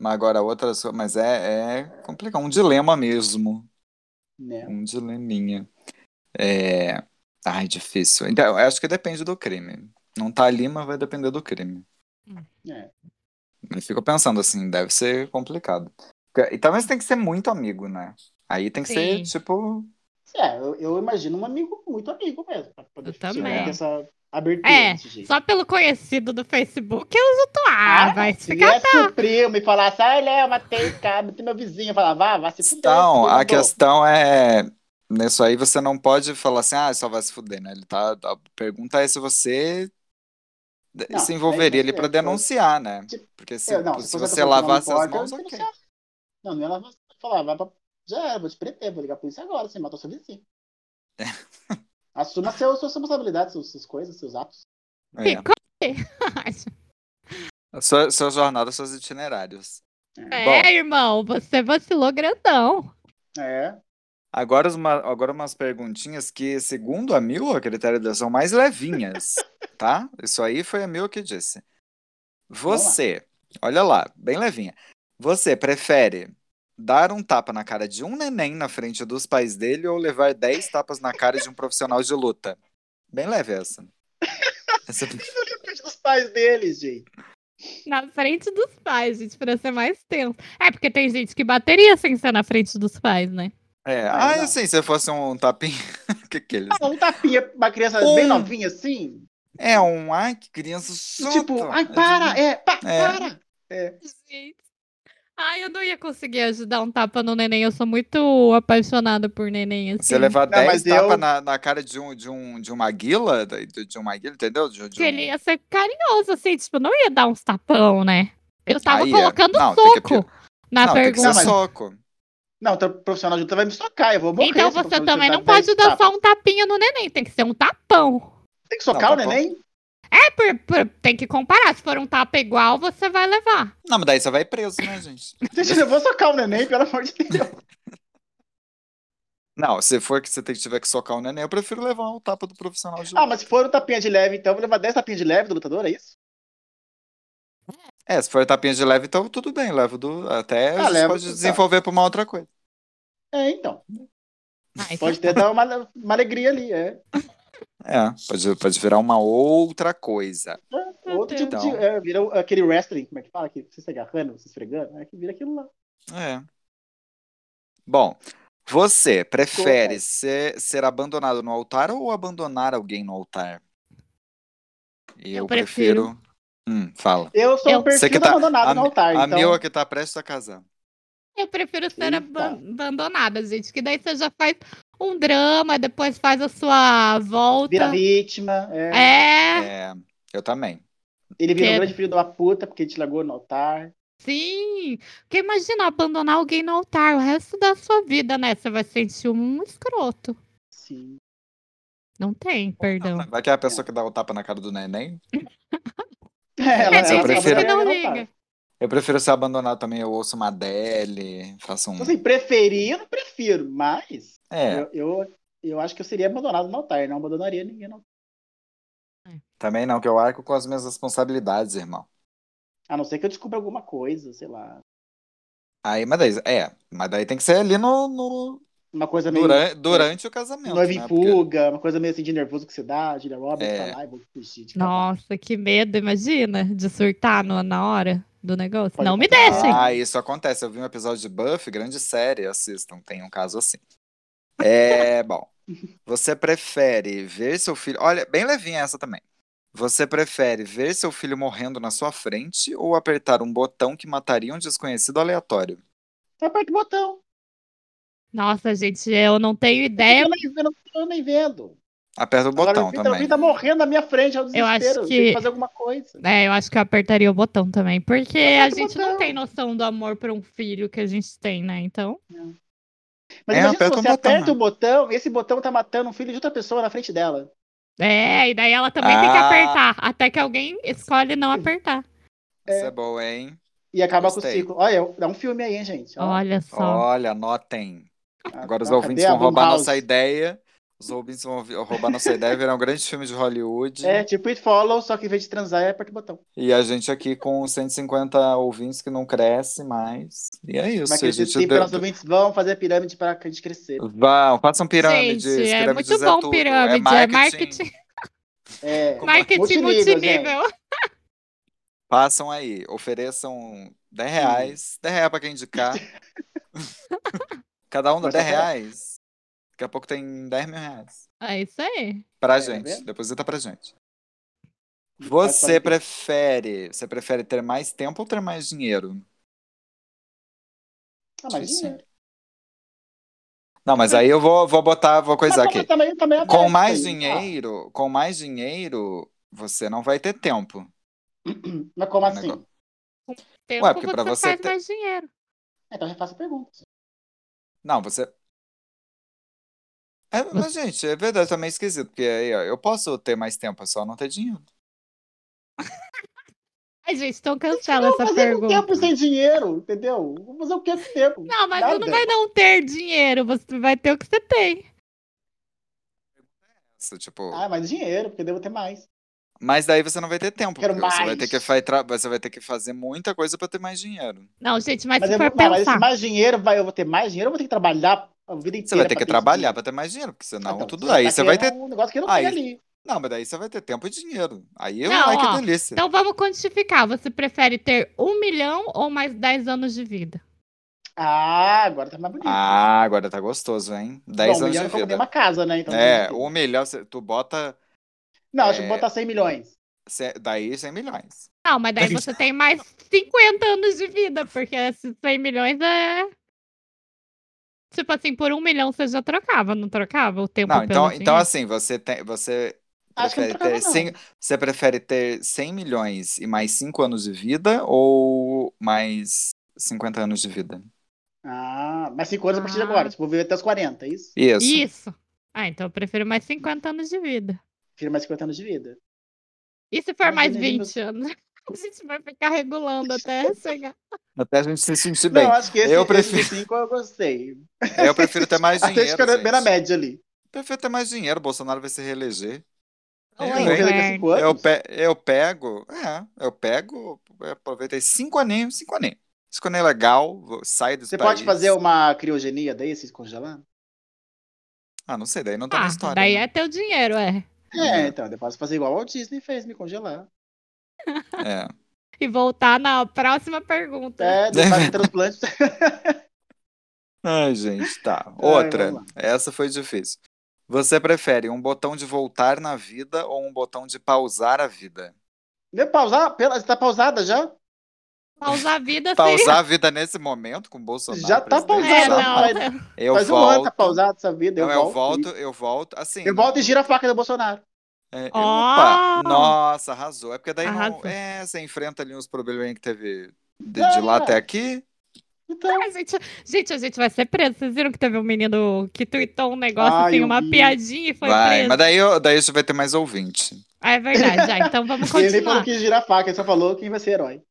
Speaker 5: Mas agora outras coisas. Mas é, é complicado. Um dilema mesmo.
Speaker 6: Né?
Speaker 5: Um dileminha. É. Ai, difícil. Então, eu acho que depende do crime. Não tá ali, mas vai depender do crime.
Speaker 6: É.
Speaker 5: Eu fico pensando assim, deve ser complicado. E talvez tem que ser muito amigo, né? Aí tem que ser,
Speaker 7: Sim.
Speaker 5: tipo,
Speaker 6: É, eu, eu imagino um amigo, muito amigo mesmo. Pra poder
Speaker 7: Eu
Speaker 6: tirar
Speaker 7: também.
Speaker 6: ter essa abertura
Speaker 7: É,
Speaker 6: desse jeito.
Speaker 7: Só pelo conhecido do Facebook, eu já tô, ah, vai
Speaker 6: se
Speaker 7: ficar...
Speaker 6: viesse o primo e falasse, ah, Léo, matei o [laughs] cara, matei meu vizinho, eu falava, vá, vá se fuder.
Speaker 5: Então,
Speaker 6: se
Speaker 5: a
Speaker 6: fudeu.
Speaker 5: questão é. Nisso aí você não pode falar assim, ah, só vai se fuder, né? Ele tá. A pergunta é se você de-
Speaker 6: Não,
Speaker 5: se
Speaker 6: daí
Speaker 5: envolveria
Speaker 6: você-
Speaker 5: ali pra denunciar, né?
Speaker 6: Tipo,
Speaker 5: Porque se,
Speaker 6: Eu, não,
Speaker 5: se
Speaker 6: se fosse
Speaker 5: você
Speaker 6: a pessoa que não
Speaker 5: lavasse as
Speaker 6: importa,
Speaker 5: mãos,
Speaker 6: eu
Speaker 5: ok.
Speaker 6: denunciava. Não, não ia lavar. Falar, vai pra... Já era, vou te prender, vou ligar pra polícia agora, você matou
Speaker 5: [laughs]
Speaker 6: seu vizinho. Assuma seu, suas responsabilidades, suas, suas coisas, seus atos.
Speaker 5: É.
Speaker 7: Ficou? [laughs]
Speaker 5: Sua, sua jornada, seus itinerários.
Speaker 7: É, irmão, você vacilou grandão.
Speaker 6: É.
Speaker 5: Agora, uma, agora umas perguntinhas que, segundo a Mil, a critério dela, são mais
Speaker 6: [laughs]
Speaker 5: levinhas, tá? Isso aí foi a Mil que disse.
Speaker 6: lá.
Speaker 5: Você, olha lá, bem levinha. Você prefere dar um tapa na cara de um neném na frente dos pais dele ou levar 10 tapas na cara de um profissional de luta? Bem leve essa.
Speaker 6: [laughs]
Speaker 5: Essa-
Speaker 6: Frente dos pais deles, gente.
Speaker 7: Na frente dos pais, gente, pra ser mais tenso. É, porque tem gente que bateria sem ser na frente dos pais, né?
Speaker 5: É,
Speaker 6: Ah,
Speaker 5: ah,
Speaker 6: não.
Speaker 5: assim, se fosse um tapinha, [laughs] que que eles...
Speaker 6: Ah, um tapinha pra uma criança
Speaker 5: Um.
Speaker 6: bem novinha assim.
Speaker 5: É um, ai, que criança chata.
Speaker 6: Tipo, ai, para, é, pa,
Speaker 5: É.
Speaker 6: para.
Speaker 7: Gente. Ai, eu não ia conseguir ajudar um tapa no neném. Eu sou muito apaixonada por neném, assim.
Speaker 5: Você levar
Speaker 6: Não,
Speaker 5: 10
Speaker 6: mas
Speaker 5: tapas
Speaker 6: eu-
Speaker 5: na, na cara de um, de, um, de uma guila, de, de uma guila, entendeu? De, de
Speaker 7: Que
Speaker 5: um-
Speaker 7: ele ia ser carinhoso, assim. Tipo, não ia dar uns tapão, né? Eu tava
Speaker 5: Aí é.
Speaker 7: colocando
Speaker 5: Não, tem que
Speaker 7: soco na
Speaker 5: Não, tem que
Speaker 7: pergunta.
Speaker 5: ser
Speaker 6: Não, mas-
Speaker 5: soco.
Speaker 6: Não, então o profissional de luta vai me socar, eu vou morrer. se
Speaker 7: Então
Speaker 6: o
Speaker 7: você
Speaker 5: tipo,
Speaker 6: profissional de
Speaker 7: também
Speaker 6: luta
Speaker 7: não
Speaker 6: dá
Speaker 7: pode
Speaker 6: 10
Speaker 7: dar
Speaker 6: tapas.
Speaker 7: só um tapinha no neném, tem que ser um tapão.
Speaker 6: Tem que socar
Speaker 5: Não,
Speaker 6: o
Speaker 5: tá bom.
Speaker 6: neném?
Speaker 7: É, por- por- tem que comparar. Se for um tapa igual, você vai levar.
Speaker 5: Não, mas daí você vai preso, né, gente? [laughs]
Speaker 6: Gente, eu não vou socar o neném, pelo amor de Deus.
Speaker 5: Não, se for que você tem- tiver que socar o neném, eu prefiro levar um tapa do profissional de
Speaker 6: Ah,
Speaker 5: luta.
Speaker 6: mas se for um tapinha de leve, então eu vou levar 10 tapinhas de leve do lutador, é isso?
Speaker 5: É, se for tapinha de leve, então tudo bem, levo do. Até a
Speaker 6: Ah,
Speaker 5: gente
Speaker 6: leva
Speaker 5: pode
Speaker 6: do- tá.
Speaker 5: desenvolver pra uma outra coisa.
Speaker 6: É, então.
Speaker 7: Ai,
Speaker 6: Pode ter dar uma, uma alegria ali, é.
Speaker 5: É, pode, pode virar uma outra coisa.
Speaker 6: É, Outro tipo
Speaker 5: Então.
Speaker 6: de. É, vira o- aquele wrestling, como é que fala? Que você se agarrando, se esfregando, é que vira aquilo lá.
Speaker 5: É. Bom, você prefere ser, ser abandonado no altar ou abandonar alguém no altar? Eu,
Speaker 7: prefiro.
Speaker 5: Hum, fala.
Speaker 6: Eu sou
Speaker 7: Eu-
Speaker 6: um perfil
Speaker 5: Você que
Speaker 6: do
Speaker 5: tá-
Speaker 6: abandonado
Speaker 5: a
Speaker 6: no
Speaker 5: mi-
Speaker 6: altar,
Speaker 5: a
Speaker 6: então.
Speaker 5: Mila que tá prestes a casar.
Speaker 7: Eu prefiro ser
Speaker 6: Eita.
Speaker 7: aban- abandonada, gente. Que daí você já faz um drama, depois faz a sua volta.
Speaker 6: Vira vítima, é.
Speaker 7: Tá. É,
Speaker 5: É, eu também.
Speaker 6: Ele vira um
Speaker 7: Quero.
Speaker 6: grande filho de uma puta porque te largou no altar.
Speaker 7: sim. Porque imagina abandonar alguém no altar o resto da sua vida, né? Você vai sentir um escroto.
Speaker 6: Sim.
Speaker 7: Não tem, perdão.
Speaker 5: Vai que é a pessoa que dá o tapa na cara do neném.
Speaker 6: [laughs] Ela,
Speaker 7: É,
Speaker 5: ela
Speaker 7: tem gente
Speaker 5: prefere-
Speaker 7: que não
Speaker 6: abandonou no
Speaker 7: liga.
Speaker 6: altar.
Speaker 5: Eu prefiro ser abandonado também, eu ouço uma Adele, faço um.
Speaker 6: Então, assim, preferir, eu não prefiro, mas.
Speaker 5: É,
Speaker 6: Eu, eu, eu acho que eu seria abandonado no altar, não abandonaria ninguém. Não.
Speaker 5: também não, que eu arco com as minhas responsabilidades, irmão.
Speaker 6: A não ser que eu descubra alguma coisa, sei lá.
Speaker 5: Aí, mas daí, é, mas daí tem que ser ali no, no-
Speaker 6: Uma coisa meio
Speaker 5: dura-
Speaker 6: é.
Speaker 5: durante o casamento.
Speaker 6: noiva
Speaker 5: né?
Speaker 6: em
Speaker 5: Porque-
Speaker 6: fuga, uma coisa meio assim de nervoso que você dá, de Robert
Speaker 5: É.
Speaker 6: pra lá e vou fugir. de cá.
Speaker 7: Nossa, que medo, imagina, de surtar no- na hora do negócio.
Speaker 6: Pode
Speaker 7: não me
Speaker 6: acontecer.
Speaker 7: deixem.
Speaker 5: Ah, isso acontece. Eu vi um episódio de Buffy, grande série, assistam, tem um caso assim. É, [laughs] bom. Você prefere ver seu filho. Olha, bem levinha essa também. Você prefere ver seu filho morrendo na sua frente ou apertar um botão que mataria um desconhecido aleatório?
Speaker 6: Então aperta o botão.
Speaker 7: Nossa, gente, eu não tenho ideia.
Speaker 6: É Eu, nem, eu, não, eu nem vendo.
Speaker 5: Aperta o
Speaker 6: Agora,
Speaker 5: botão
Speaker 6: o Vitor- O
Speaker 5: também.
Speaker 6: Vitor tá morrendo na minha frente, é o desespero.
Speaker 7: acho
Speaker 6: Tem
Speaker 7: que-
Speaker 6: que fazer alguma coisa.
Speaker 7: É, eu acho que eu apertaria o botão também. Porque a
Speaker 6: Aperta o
Speaker 7: gente não
Speaker 6: botão.
Speaker 7: tem noção do amor por um filho que a gente tem, né? Então.
Speaker 6: Mas
Speaker 5: É,
Speaker 6: imagina
Speaker 5: aperta
Speaker 6: se
Speaker 5: um
Speaker 6: você
Speaker 5: botão,
Speaker 6: aperta
Speaker 5: né?
Speaker 6: o botão e esse botão tá matando um filho de outra pessoa na frente dela.
Speaker 7: É, e daí ela também tem que
Speaker 5: Ah.
Speaker 7: apertar. Até que alguém escolhe não apertar.
Speaker 5: Essa é boa, hein?
Speaker 6: E acabar com o
Speaker 5: Gostei.
Speaker 6: ciclo. Olha, dá um filme aí, hein, gente. Ó,
Speaker 7: Olha só.
Speaker 5: Olha, anotem.
Speaker 6: tá-
Speaker 5: Agora os
Speaker 6: tá-
Speaker 5: ouvintes
Speaker 6: cadê a
Speaker 5: vão roubar
Speaker 6: Blumhouse?
Speaker 5: nossa ideia. Os ouvintes vão vi- roubar nossa ideia e virar um grande filme de Hollywood.
Speaker 6: É, tipo It Follows, só que em vez de transar, é aperta o botão.
Speaker 5: E a gente aqui com 150 ouvintes que não cresce mais. E é isso. a
Speaker 6: Mas que esses
Speaker 5: gente
Speaker 6: cinco
Speaker 5: deu-
Speaker 6: nossos ouvintes vão fazer a pirâmide para a gente crescer.
Speaker 5: Vão, façam pirâmides.
Speaker 7: gente, é
Speaker 5: pirâmides
Speaker 7: muito bom
Speaker 5: tudo,
Speaker 7: pirâmide. É marketing,
Speaker 6: É,
Speaker 7: marketing multinível.
Speaker 5: Façam aí. Ofereçam 10
Speaker 6: Hum.
Speaker 5: reais. 10 reais pra quem
Speaker 6: [laughs]
Speaker 5: indicar. Cada um dá
Speaker 6: Mas tá
Speaker 5: 10 reais. Daqui a pouco tem 10 mil reais.
Speaker 7: É isso aí.
Speaker 5: Pra
Speaker 6: É, tá
Speaker 5: gente.
Speaker 6: vendo?
Speaker 5: Deposita pra gente.
Speaker 6: gente.
Speaker 5: Você
Speaker 6: Mas pode-
Speaker 5: prefere. Você prefere ter mais tempo ou ter mais dinheiro?
Speaker 6: Ah, mas dinheiro.
Speaker 5: Não, mas aí eu vou, vou botar, vou
Speaker 6: Mas
Speaker 5: coisar aqui.
Speaker 6: tá- também- também é
Speaker 5: Com
Speaker 6: aberto
Speaker 5: mais
Speaker 6: aí,
Speaker 5: dinheiro, com mais dinheiro, você não vai ter tempo.
Speaker 6: tá? Mas como
Speaker 5: né,
Speaker 6: assim?
Speaker 5: Negócio.
Speaker 7: Tempo
Speaker 5: porque
Speaker 7: você,
Speaker 5: pra você
Speaker 7: faz
Speaker 5: ter-
Speaker 7: mais dinheiro.
Speaker 6: Então refaça a pergunta.
Speaker 5: Não, você. É,
Speaker 6: [laughs]
Speaker 5: mas, gente, é verdade, tá meio esquisito, porque aí, ó, eu posso ter mais tempo, é só não ter dinheiro.
Speaker 7: Ai, gente, então cancela
Speaker 6: Vamos
Speaker 7: essa
Speaker 6: fazer com
Speaker 7: pergunta.
Speaker 6: tempo sem dinheiro, entendeu? Vamos fazer o que com tempo?
Speaker 7: Não, mas você
Speaker 6: Nada.
Speaker 7: não vai não ter dinheiro. Você vai ter o que você tem.
Speaker 5: Isso, tipo,
Speaker 6: Ah, mas dinheiro, porque eu devo ter mais.
Speaker 5: mas daí você não vai ter tempo,
Speaker 6: Quero
Speaker 5: porque você vai ter que
Speaker 6: mais.
Speaker 5: fa- tra- você vai ter que fazer muita coisa pra ter mais dinheiro.
Speaker 7: Não, gente, mas,
Speaker 6: Mas,
Speaker 7: se
Speaker 6: eu,
Speaker 7: for
Speaker 6: não, mas
Speaker 7: pensar.
Speaker 6: esse mais dinheiro, vai, eu vou ter mais dinheiro, eu vou ter que trabalhar a vida inteira.
Speaker 5: Você vai ter
Speaker 6: pra
Speaker 5: que
Speaker 6: esse
Speaker 5: trabalhar
Speaker 6: dinheiro.
Speaker 5: pra ter mais dinheiro, porque senão
Speaker 6: Então,
Speaker 5: tudo aí
Speaker 6: tá
Speaker 5: você vai ter.
Speaker 6: querendo Um negócio que eu não
Speaker 5: Aí-
Speaker 6: tenho ali.
Speaker 5: Não, mas daí você vai ter tempo e dinheiro. Aí eu
Speaker 7: Não,
Speaker 5: ai, que
Speaker 7: ó,
Speaker 5: delícia.
Speaker 7: Então vamos quantificar. Você prefere ter um milhão ou mais 10 anos de vida?
Speaker 6: Ah, agora tá mais bonito.
Speaker 5: Ah, agora tá gostoso, hein? 10
Speaker 6: Bom, um
Speaker 5: anos
Speaker 6: milhão
Speaker 5: de
Speaker 6: eu comprei
Speaker 5: vida.
Speaker 6: uma casa, né? Então,
Speaker 5: É,
Speaker 6: não,
Speaker 5: um milhão, cê- tu bota
Speaker 6: não, acho que
Speaker 5: é-
Speaker 6: vou botar 100 milhões.
Speaker 5: cê- daí 100 milhões.
Speaker 7: Não, mas daí você tem mais 50 anos de vida, porque esses 100 milhões é. Tipo assim, por um milhão você já trocava, não trocava o tempo
Speaker 5: Não,
Speaker 7: pelo
Speaker 5: então,
Speaker 7: dinheiro?
Speaker 5: então assim, você tem. Você
Speaker 6: Acho que não
Speaker 5: prefere, ter
Speaker 6: trocava,
Speaker 5: 100,
Speaker 6: não.
Speaker 5: você prefere ter 100 milhões e mais 5 anos de vida ou mais 50 anos de vida?
Speaker 6: Ah, mas 5 anos a partir de
Speaker 7: Ah.
Speaker 6: agora. Tipo, vou viver até os 40, é isso?
Speaker 5: Isso.
Speaker 7: Isso. Ah, então eu prefiro mais 50 anos de vida.
Speaker 6: Vira mais 50 anos de vida.
Speaker 7: E se for
Speaker 6: Mas
Speaker 7: mais
Speaker 6: eu nem
Speaker 7: 20 anos? [laughs] A gente vai ficar regulando até chegar.
Speaker 5: Até a gente se sentir bem.
Speaker 6: não, acho que esse,
Speaker 5: eu
Speaker 6: eu
Speaker 5: prefiro-
Speaker 6: prefiro... esse 5 eu gostei.
Speaker 5: Eu prefiro ter
Speaker 6: [laughs]
Speaker 5: mais
Speaker 6: Até
Speaker 5: dinheiro.
Speaker 6: ficar bem na
Speaker 5: gente.
Speaker 6: média ali.
Speaker 5: Prefiro ter mais dinheiro. Bolsonaro vai se reeleger.
Speaker 7: Ou
Speaker 5: Eu
Speaker 6: Eu
Speaker 7: é
Speaker 5: hein?
Speaker 6: vou viver daqui a
Speaker 7: inverno.
Speaker 6: cinco anos.
Speaker 5: Eu, pe- eu pego. É, eu pego. eu Aproveitei cinco aninhos, cinco aninhos. Cinco aninhos é legal, vou- saio desse
Speaker 6: Você
Speaker 5: país.
Speaker 6: pode fazer uma criogenia daí, se congelando?
Speaker 5: Ah, não sei, daí não tá na
Speaker 7: Ah,
Speaker 5: história.
Speaker 7: daí
Speaker 5: né?
Speaker 7: é teu dinheiro, é.
Speaker 6: É, então, eu posso fazer igual o Walt Disney fez, me congelar.
Speaker 5: É.
Speaker 7: E voltar na próxima pergunta.
Speaker 6: É, não faz transplante. [laughs]
Speaker 5: Ai, gente, tá.
Speaker 6: Ai,
Speaker 5: Outra.
Speaker 6: vamos
Speaker 5: Essa foi difícil. Você prefere um botão de voltar na vida ou um botão de pausar a vida?
Speaker 6: Deu pausar? Pela... Tá pausada já?
Speaker 7: Pausar a vida seria.
Speaker 5: Pausar a vida nesse momento com o Bolsonaro?
Speaker 6: Já tá
Speaker 5: presidente?
Speaker 7: É,
Speaker 6: pausada.
Speaker 7: [laughs] não.
Speaker 6: Faz-
Speaker 5: Eu
Speaker 6: faz um ano
Speaker 5: volto.
Speaker 6: tá pausada essa vida.
Speaker 5: Não,
Speaker 6: Eu,
Speaker 5: eu
Speaker 6: volto.
Speaker 5: volto, eu volto. Assim,
Speaker 6: Eu volto e giro a faca do Bolsonaro.
Speaker 5: É,
Speaker 7: Ó!
Speaker 5: opa, nossa, arrasou. É porque daí não-
Speaker 7: Ah! Arrasou.
Speaker 5: é, você enfrenta ali uns probleminha que teve de,
Speaker 6: Não,
Speaker 5: de lá
Speaker 6: não.
Speaker 5: até aqui.
Speaker 6: Então,
Speaker 7: Ai, gente, gente, a gente vai ser preso. Vocês viram que teve um menino que tweetou um negócio
Speaker 6: Ai,
Speaker 7: assim,
Speaker 6: eu
Speaker 7: uma
Speaker 6: vi.
Speaker 7: piadinha e foi
Speaker 5: Vai,
Speaker 7: preso.
Speaker 5: mas daí, eu- daí você vai ter mais ouvinte.
Speaker 7: Ah, é verdade, já.
Speaker 6: [laughs]
Speaker 7: Então vamos
Speaker 6: ele nem falou
Speaker 7: continuar.
Speaker 6: que gira a faca, ele só falou quem vai ser herói.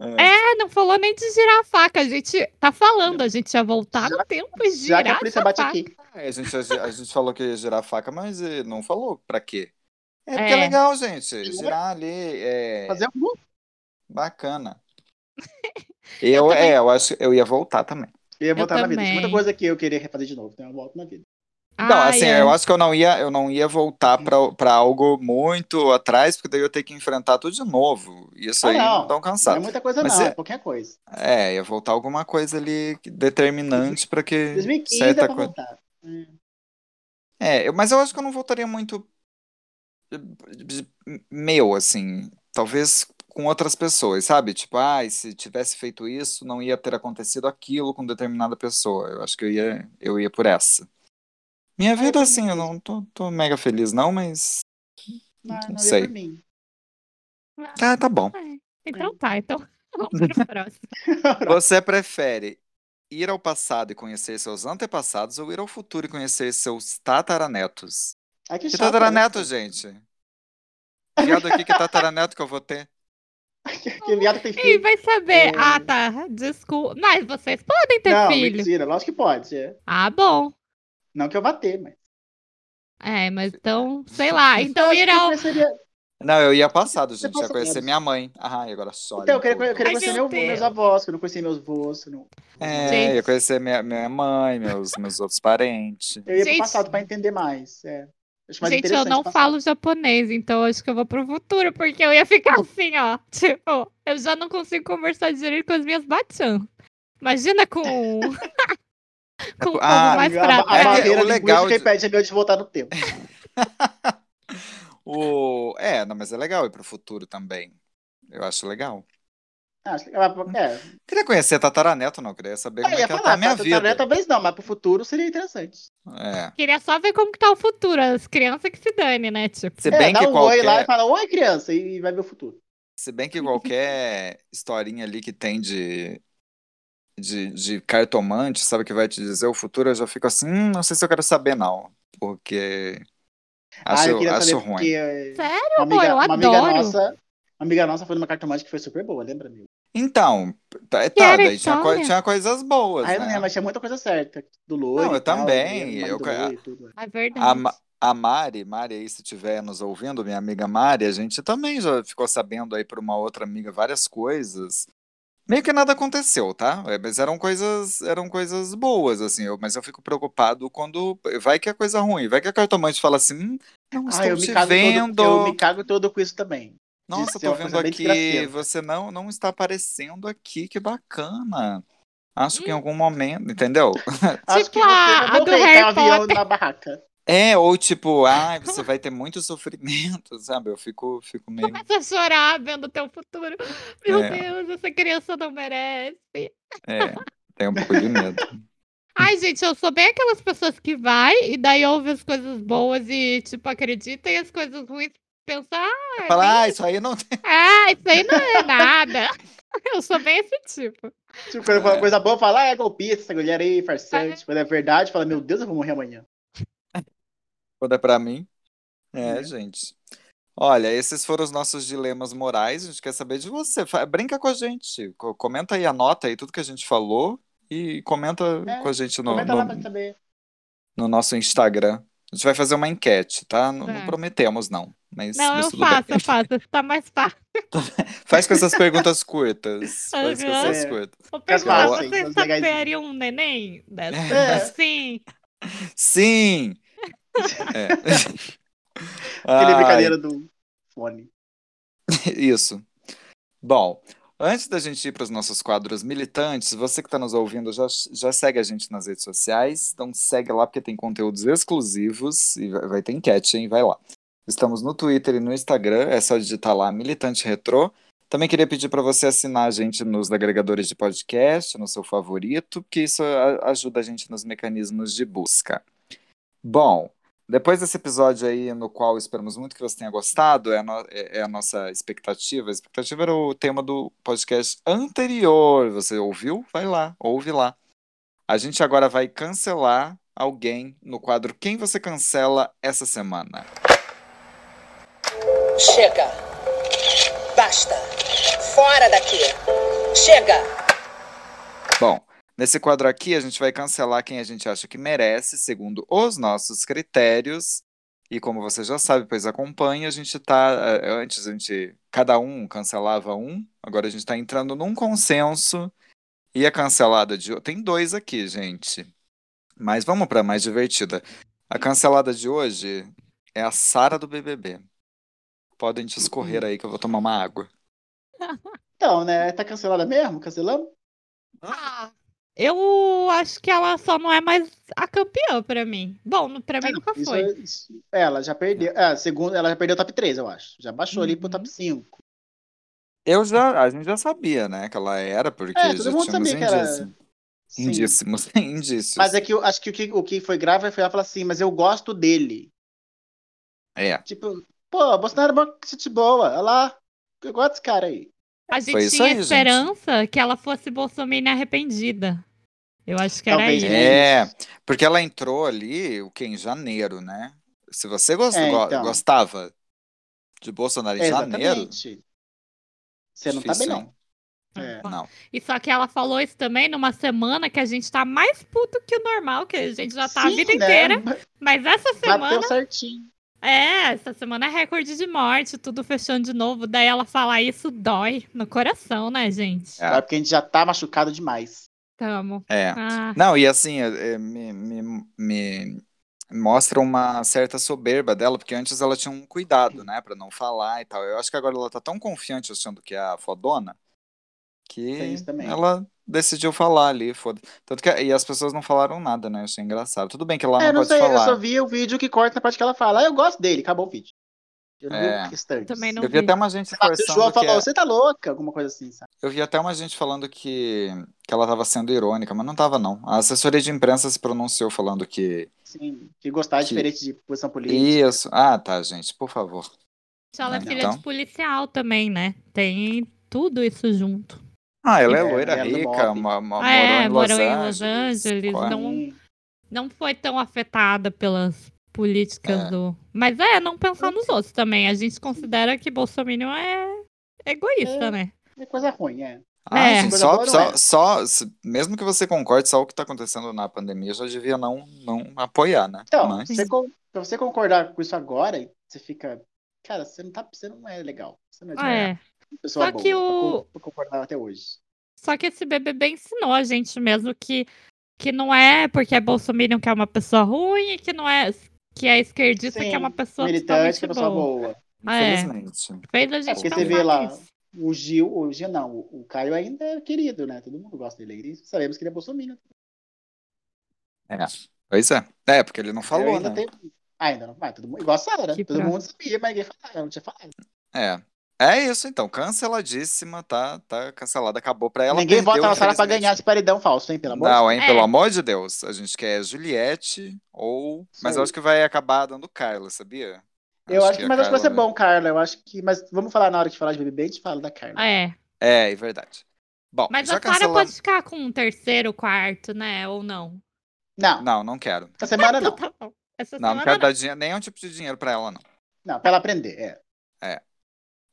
Speaker 7: É, não falou nem de girar a faca. A gente tá falando, a gente ia voltar no tempo e
Speaker 6: Já
Speaker 7: girar.
Speaker 6: que a polícia
Speaker 7: essa
Speaker 6: bate
Speaker 7: faca.
Speaker 6: aqui.
Speaker 5: É, A gente, a gente falou que ia girar a faca, mas eh, não falou pra quê. É porque é,
Speaker 7: É.
Speaker 5: legal, gente. Girar ali é
Speaker 6: Fazer um
Speaker 5: bacana. Eu, é, eu acho que eu ia voltar também.
Speaker 6: Eu ia voltar na vida.
Speaker 7: também.
Speaker 6: Tem muita coisa que eu queria refazer de novo, então eu volto na vida.
Speaker 5: não,
Speaker 7: Ai,
Speaker 5: assim,
Speaker 7: é.
Speaker 5: eu acho que eu não ia, eu não ia voltar pra, pra algo muito atrás, porque daí eu ia ter que enfrentar tudo de novo. Isso
Speaker 6: Ah,
Speaker 5: aí
Speaker 6: não.
Speaker 5: não dá um cansado.
Speaker 6: Não é muita coisa,
Speaker 5: Mas
Speaker 6: não,
Speaker 5: é-
Speaker 6: é qualquer coisa.
Speaker 5: É, ia voltar alguma coisa ali que- determinante pra que
Speaker 6: 2015 dá
Speaker 5: é certa
Speaker 6: pra
Speaker 5: coisa.
Speaker 6: voltar.
Speaker 5: É, eu- mas eu acho que eu não voltaria muito meu, assim. Talvez com outras pessoas, sabe? Tipo, ah, e se tivesse feito isso, não ia ter acontecido aquilo com determinada pessoa. Eu acho que eu ia, eu ia por essa. Minha vida, assim, eu não tô, tô mega feliz, não, mas.
Speaker 6: Não, não
Speaker 5: sei.
Speaker 6: ia por mim.
Speaker 5: Ah, tá bom.
Speaker 7: Então tá,
Speaker 5: [laughs]
Speaker 7: então vamos pro próximo.
Speaker 5: Você prefere ir ao passado e conhecer seus antepassados ou ir ao futuro e conhecer seus tataranetos?
Speaker 6: Ai, que
Speaker 5: Que
Speaker 6: chato,
Speaker 5: tataraneto,
Speaker 6: né?
Speaker 5: gente? [laughs] Viado aqui que é tataraneto que eu vou ter.
Speaker 6: Que, que viado tem
Speaker 7: Ih,
Speaker 6: filho.
Speaker 7: vai saber.
Speaker 6: É.
Speaker 7: Ah, tá. Desculpa. Mas vocês podem ter
Speaker 6: não,
Speaker 7: filho.
Speaker 6: mentira. Lógico que pode. é.
Speaker 7: Ah, bom.
Speaker 6: Não que eu vá ter, mas...
Speaker 7: É, mas então, sei lá. Então ir ao.
Speaker 6: Eu seria-
Speaker 5: Não, eu ia ao passado, gente. Eu ia
Speaker 6: passou
Speaker 5: conhecer
Speaker 6: anos.
Speaker 5: minha mãe. Ah, e agora só.
Speaker 6: Então, eu queria, eu queria
Speaker 7: Ai,
Speaker 6: conhecer
Speaker 7: meu
Speaker 6: meu- meus
Speaker 7: Deus.
Speaker 6: avós, que eu não conhecia meus avós. que eu não-
Speaker 5: É,
Speaker 7: Gente.
Speaker 5: eu ia conhecer minha, minha mãe, meus, meus outros parentes.
Speaker 6: Eu ia
Speaker 7: Gente.
Speaker 6: pro passado pra entender mais. é. Acho mais
Speaker 7: Gente, eu
Speaker 6: interessante
Speaker 7: não
Speaker 6: o passado.
Speaker 7: falo japonês, então acho que eu vou pro futuro, porque eu ia ficar assim, ó. [laughs] Tipo, eu já não consigo conversar direito com as minhas bachan. Imagina com.
Speaker 6: [laughs]
Speaker 7: com o povo
Speaker 5: Ah,
Speaker 7: mais
Speaker 6: É. a,
Speaker 7: pra
Speaker 6: a
Speaker 5: É que
Speaker 7: trás.
Speaker 5: o
Speaker 6: barreira
Speaker 5: legal
Speaker 6: linguística
Speaker 5: de-
Speaker 6: impede a gente de voltar no tempo.
Speaker 5: O... É, não, mas é legal ir pro futuro também. Eu acho legal.
Speaker 6: Ah, acho legal, mas- é,
Speaker 5: Queria conhecer tataraneto, não. Queria saber como
Speaker 6: eu
Speaker 5: é
Speaker 6: Ah, ia
Speaker 5: que ela tá a
Speaker 6: falar,
Speaker 5: minha
Speaker 6: pra- pra-
Speaker 5: vida.
Speaker 6: né? talvez não, mas pro futuro seria interessante.
Speaker 5: É.
Speaker 7: Queria só ver como que tá o futuro. As crianças que se dane, né? Tipo.
Speaker 5: Se
Speaker 6: É,
Speaker 5: bem
Speaker 6: dá
Speaker 5: que
Speaker 6: um oi lá e
Speaker 5: qualquer.
Speaker 6: fala, oi criança, e vai ver o futuro.
Speaker 5: Se bem que qualquer historinha ali que tem de, de, de cartomante, sabe, que vai te dizer o futuro, eu já fico assim, hum, não sei se eu quero saber, não. Porque
Speaker 6: ah,
Speaker 5: acho,
Speaker 6: eu queria
Speaker 5: acho
Speaker 6: saber
Speaker 5: ruim.
Speaker 6: porque é,
Speaker 7: Sério,
Speaker 6: uma
Speaker 7: amor?
Speaker 6: amiga,
Speaker 7: Eu
Speaker 6: uma amiga
Speaker 7: adoro.
Speaker 6: nossa, uma amiga nossa foi numa cartomante que foi super boa, lembra, amigo?
Speaker 5: Então, tá,
Speaker 7: Que
Speaker 5: tá,
Speaker 7: era a
Speaker 5: daí tinha, co-
Speaker 7: história?
Speaker 5: tinha coisas boas,
Speaker 6: Aí eu não
Speaker 5: né?
Speaker 6: lembro, mas tinha muita coisa certa, do loiro
Speaker 5: Não,
Speaker 6: e
Speaker 5: eu
Speaker 6: tal,
Speaker 5: também,
Speaker 6: do
Speaker 5: eu-
Speaker 6: marido do loiro e tudo.
Speaker 7: É verdade.
Speaker 5: A, Ma- a Mari, Mari aí, se estiver nos ouvindo, minha amiga Mari, a gente também já ficou sabendo aí por uma outra amiga várias coisas. Meio que nada aconteceu, tá? É, Mas eram coisas, eram coisas boas, assim. eu- mas eu fico preocupado quando vai que é coisa ruim, vai que a cartomante fala assim, "Hum, não estou
Speaker 6: Ah, eu me,
Speaker 5: te
Speaker 6: cago
Speaker 5: vendo.
Speaker 6: todo, eu me cago todo com isso também.
Speaker 5: Nossa,
Speaker 6: Isso é
Speaker 5: tô
Speaker 6: uma coisa
Speaker 5: vendo
Speaker 6: bem
Speaker 5: aqui,
Speaker 6: desgraceira.
Speaker 5: você não não está aparecendo aqui, que bacana. Acho que em algum momento, entendeu?
Speaker 6: Acho que
Speaker 7: Tipo a-
Speaker 6: você
Speaker 7: a
Speaker 6: vai
Speaker 7: do
Speaker 6: morrer
Speaker 7: Harry
Speaker 6: com o avião
Speaker 7: Potter.
Speaker 6: na tá barraca.
Speaker 5: É, ou tipo, ah, você vai ter muito sofrimento, [laughs] sabe? Eu fico, fico meio.
Speaker 7: Começa a chorar vendo o teu futuro. Meu
Speaker 5: É.
Speaker 7: Deus, essa criança não merece.
Speaker 5: É, tenho um pouco de medo.
Speaker 7: Ai, gente, eu sou bem aquelas pessoas que vai e daí ouve as coisas boas e, tipo, acredita e as coisas ruins pensa, ah, é
Speaker 5: Falar, ah, isso aí não tem.
Speaker 7: bem- [laughs] ah, isso aí não é nada. [laughs] Eu sou bem esse tipo.
Speaker 6: Tipo, quando fala coisa boa, fala, ah, é golpista, essa mulher aí, farsante. Quando é verdade, fala, meu Deus, eu vou morrer amanhã.
Speaker 5: Quando é pra mim. É, gente. Olha, esses foram os nossos dilemas morais. A gente quer saber de você. Fa- Brinca com a gente. Co- Comenta aí, anota aí tudo que a gente falou e comenta
Speaker 6: É,
Speaker 5: com a gente no,
Speaker 6: Comenta
Speaker 5: no-
Speaker 6: lá pra saber.
Speaker 5: no nosso Instagram. A gente vai fazer uma enquete, tá? Não, não
Speaker 7: Tá.
Speaker 5: prometemos, não. Mas,
Speaker 7: Não,
Speaker 5: mas
Speaker 7: eu
Speaker 5: tudo bem.
Speaker 7: faço, eu faço. Isso tá mais fácil.
Speaker 5: Faz com essas perguntas curtas. Faz com
Speaker 7: Aham.
Speaker 5: essas
Speaker 6: É.
Speaker 5: curtas.
Speaker 7: Vou
Speaker 6: Fica
Speaker 7: perguntar,
Speaker 6: fácil,
Speaker 7: vocês
Speaker 6: mas legais.
Speaker 7: saberiam um neném? Dessa? Tipo assim?
Speaker 6: É. [laughs]
Speaker 7: Sim.
Speaker 5: Sim! É.
Speaker 6: Aquele
Speaker 5: Ai,
Speaker 6: brincadeira do fone.
Speaker 5: Isso. Bom, antes da gente ir para os nossos quadros militantes, você que está nos ouvindo já, já segue a gente nas redes sociais. Então segue lá porque tem conteúdos exclusivos e vai, vai ter enquete, hein? Vai lá. Estamos no Twitter e no Instagram, é só digitar lá Militante Retrô. Também queria pedir para você assinar a gente nos agregadores de podcast, no seu favorito, porque isso a- ajuda a gente nos mecanismos de busca. Bom, depois desse episódio aí, no qual esperamos muito que você tenha gostado, é a, no- é- é a nossa expectativa. A expectativa era o tema do podcast anterior. Você ouviu? Vai lá, ouve lá. A gente agora vai cancelar alguém no quadro Quem Você Cancela essa semana.
Speaker 8: Chega. Basta. Fora daqui. Chega.
Speaker 5: Bom, nesse quadro aqui a gente vai cancelar quem a gente acha que merece, segundo os nossos critérios. E como você já sabe, pois acompanha, a gente tá. eh, Antes a gente. Cada um cancelava um, agora a gente tá entrando num consenso. E a cancelada de. ho- Tem dois aqui, gente. Mas vamos pra mais divertida. A cancelada de hoje é a Sara do BBB. Podem discorrer
Speaker 6: Uhum.
Speaker 5: aí que eu vou tomar uma água.
Speaker 6: Então, né? Tá cancelada mesmo? Cancelamos?
Speaker 7: Ah, eu acho que ela só não é mais a campeã pra mim. Bom, no-
Speaker 6: Tá
Speaker 7: pra mim nunca
Speaker 6: Isso, é,
Speaker 7: foi.
Speaker 6: isso- ela já perdeu. É, segundo, ela já perdeu o top 3, eu acho. Já baixou ali
Speaker 7: Uhum.
Speaker 6: pro top 5.
Speaker 5: Eu já, a gente já sabia, né, que ela era, porque
Speaker 6: É, todo
Speaker 5: já
Speaker 6: mundo
Speaker 5: tínhamos
Speaker 6: sabia que era-
Speaker 5: indícios.
Speaker 6: Sim.
Speaker 5: Indícios, [laughs] indícios.
Speaker 6: Mas é que eu acho que o que, o que foi grave foi ela falar assim, mas eu gosto dele.
Speaker 5: É,
Speaker 6: Tipo, pô, Bolsonaro é uma gente boa. Olha lá. Eu gosto desse cara aí.
Speaker 7: A gente
Speaker 5: Foi isso
Speaker 7: tinha
Speaker 5: aí, gente.
Speaker 7: esperança que ela fosse bolsominion arrependida. Eu acho que era
Speaker 6: Talvez,
Speaker 7: isso.
Speaker 6: né?
Speaker 5: é, porque ela entrou ali, o quê? Em janeiro, né? Se você gos-
Speaker 6: É,
Speaker 5: go-
Speaker 6: então.
Speaker 5: gostava de Bolsonaro em janeiro,
Speaker 6: Exatamente. Você não tá bem,
Speaker 5: Difícil,
Speaker 6: não. É.
Speaker 7: Bom,
Speaker 5: não.
Speaker 7: E só que ela falou isso também numa semana que a gente tá mais puto que o normal, que a gente já tá a
Speaker 6: Sim, né?
Speaker 7: vida inteira. Mas essa semana,
Speaker 6: Bateu certinho.
Speaker 7: é, essa semana é recorde de morte, tudo fechando de novo. Daí ela falar isso dói no coração, né, gente?
Speaker 5: É.
Speaker 6: Agora, porque a gente já tá machucado demais.
Speaker 7: Tamo.
Speaker 5: É.
Speaker 7: Ah,
Speaker 5: Não, e assim, é, é, me, me- me mostra uma certa soberba dela, porque antes ela tinha um cuidado, né, pra não falar e tal. Eu acho que agora ela tá tão confiante achando que é a fodona
Speaker 6: Tem
Speaker 5: que
Speaker 6: isso também.
Speaker 5: ela decidiu falar ali, foda. Tanto que e as pessoas não falaram nada, né? Achei engraçado. Tudo bem que ela
Speaker 6: é,
Speaker 5: não
Speaker 6: não
Speaker 5: pode
Speaker 6: sei, eu
Speaker 5: falar.
Speaker 6: só vi o vídeo que corta na parte que ela fala. Ah, eu gosto dele, acabou o vídeo. Eu não
Speaker 5: É.
Speaker 6: vi o restante.
Speaker 7: Também não
Speaker 5: Eu vi até uma gente
Speaker 6: Mas o João
Speaker 5: forçando que
Speaker 6: falou,
Speaker 5: é-
Speaker 6: você tá louca? Alguma coisa assim, sabe?
Speaker 5: Eu vi até uma gente falando que, que ela tava sendo irônica, mas não tava, não. A assessoria de imprensa se pronunciou falando que.
Speaker 6: Sim, que gostar é
Speaker 5: Que-
Speaker 6: diferente de posição política.
Speaker 5: Isso. Ah, tá, gente, por favor.
Speaker 7: ela é
Speaker 5: Não,
Speaker 7: filha
Speaker 5: então.
Speaker 7: de policial também, né? Tem tudo isso junto.
Speaker 5: Ah, ela é
Speaker 6: É,
Speaker 5: loira,
Speaker 6: ela é do
Speaker 5: rica,
Speaker 6: mob.
Speaker 5: ma- ma-
Speaker 7: Ah, é,
Speaker 5: morou,
Speaker 7: morou
Speaker 5: em
Speaker 7: em
Speaker 5: Los
Speaker 7: Los
Speaker 5: Angeles.
Speaker 7: Angeles, então,
Speaker 5: qual é?
Speaker 7: não-
Speaker 6: Sim.
Speaker 7: não foi tão afetada pelas políticas
Speaker 5: É.
Speaker 7: do. Mas é, não pensar nos outros também. A gente considera que Bolsonaro é egoísta,
Speaker 6: É.
Speaker 7: né?
Speaker 6: É coisa ruim, é.
Speaker 5: Ah,
Speaker 7: É.
Speaker 5: gente,
Speaker 6: Coisa
Speaker 5: só,
Speaker 6: boa não
Speaker 5: só,
Speaker 6: é.
Speaker 5: só- se- mesmo que você concorde, só o que tá acontecendo na pandemia já devia não, não apoiar, né?
Speaker 6: Então,
Speaker 5: Mas-
Speaker 6: você con- pra você concordar com isso agora, você fica. Cara, você não, tá, você não é legal. Você não é, de
Speaker 7: Ah,
Speaker 6: verdade
Speaker 7: é.
Speaker 6: uma pessoa
Speaker 7: Só
Speaker 6: boa.
Speaker 7: que
Speaker 6: pra
Speaker 7: o-
Speaker 6: con- pra concordar até hoje.
Speaker 7: Só que esse BBB ensinou a gente mesmo que, que não é porque é Bolsonaro que é uma pessoa ruim e que não é que é esquerdista que
Speaker 6: Sim,
Speaker 7: é uma pessoa
Speaker 6: Militante,
Speaker 7: totalmente
Speaker 6: que é uma pessoa
Speaker 7: boa.
Speaker 6: boa.
Speaker 7: Ah, é.
Speaker 5: Infelizmente.
Speaker 7: Fez a gente
Speaker 6: porque
Speaker 7: pensar
Speaker 6: você vê lá-
Speaker 7: nisso.
Speaker 6: O Gil, o Gil não, o o Caio ainda é querido, né? Todo mundo gosta dele. E sabemos que ele é bolsominion.
Speaker 5: Pois é. É, porque ele não
Speaker 6: eu
Speaker 5: falou,
Speaker 6: ainda
Speaker 5: né?
Speaker 6: tenho- Ainda não vai, todo mundo. Igual a Sarah. né?
Speaker 7: Que
Speaker 6: Todo
Speaker 7: prova.
Speaker 6: mundo sabia, mas ninguém falava, não tinha falado.
Speaker 5: É. É isso então, canceladíssima, tá, tá cancelada, acabou pra ela.
Speaker 6: ninguém vota
Speaker 5: perdeu,
Speaker 6: na Sarah pra
Speaker 5: infelizmente.
Speaker 6: ganhar esse paredão falso, hein? Pelo amor
Speaker 5: Não, hein?
Speaker 7: É.
Speaker 5: Pelo amor de Deus. A gente quer Juliette ou. Mas eu
Speaker 6: Sim.
Speaker 5: acho que vai acabar dando Carla, sabia?
Speaker 6: Eu acho que,
Speaker 5: a
Speaker 6: mas acho que vai ser
Speaker 5: Carla
Speaker 6: bom, Carla. Eu acho que. Mas vamos falar na hora de falar de BBB, a gente fala da Carla.
Speaker 7: É.
Speaker 5: É, é verdade. Bom,
Speaker 7: Mas
Speaker 5: já
Speaker 7: a Sarah
Speaker 5: cancela-
Speaker 7: pode ficar com um terceiro, quarto, né? Ou não.
Speaker 6: Não,
Speaker 5: Não, não quero.
Speaker 6: essa semana
Speaker 7: [laughs] Então
Speaker 6: não.
Speaker 7: tá bom. Essa
Speaker 5: Não, não
Speaker 7: semana
Speaker 5: quero
Speaker 7: não.
Speaker 5: dar dinhe- nenhum tipo de dinheiro pra ela, não.
Speaker 6: Não, pra ela aprender, é.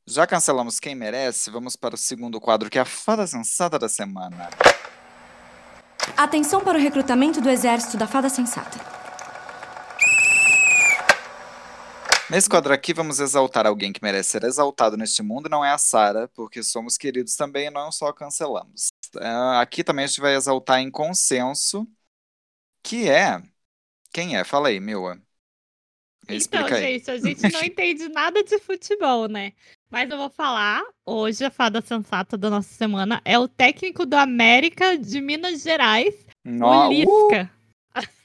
Speaker 5: Já cancelamos quem merece, vamos para o segundo quadro, que é a fada sensata da semana.
Speaker 9: Atenção para o recrutamento do exército da fada sensata.
Speaker 5: Nesse quadro aqui, vamos exaltar alguém que merece ser exaltado neste mundo, e não é a Sara, porque somos queridos também e não só cancelamos. Ah, aqui também a gente vai exaltar em consenso, que é. Quem é? Fala aí, Mila.
Speaker 7: Então,
Speaker 5: É Explica aí.
Speaker 7: gente,
Speaker 5: [laughs]
Speaker 7: a gente não entende nada de futebol, né? Mas eu vou falar, hoje a fada sensata da nossa semana é o técnico do América de Minas Gerais,
Speaker 5: No- uh!
Speaker 7: o Lisca. [laughs]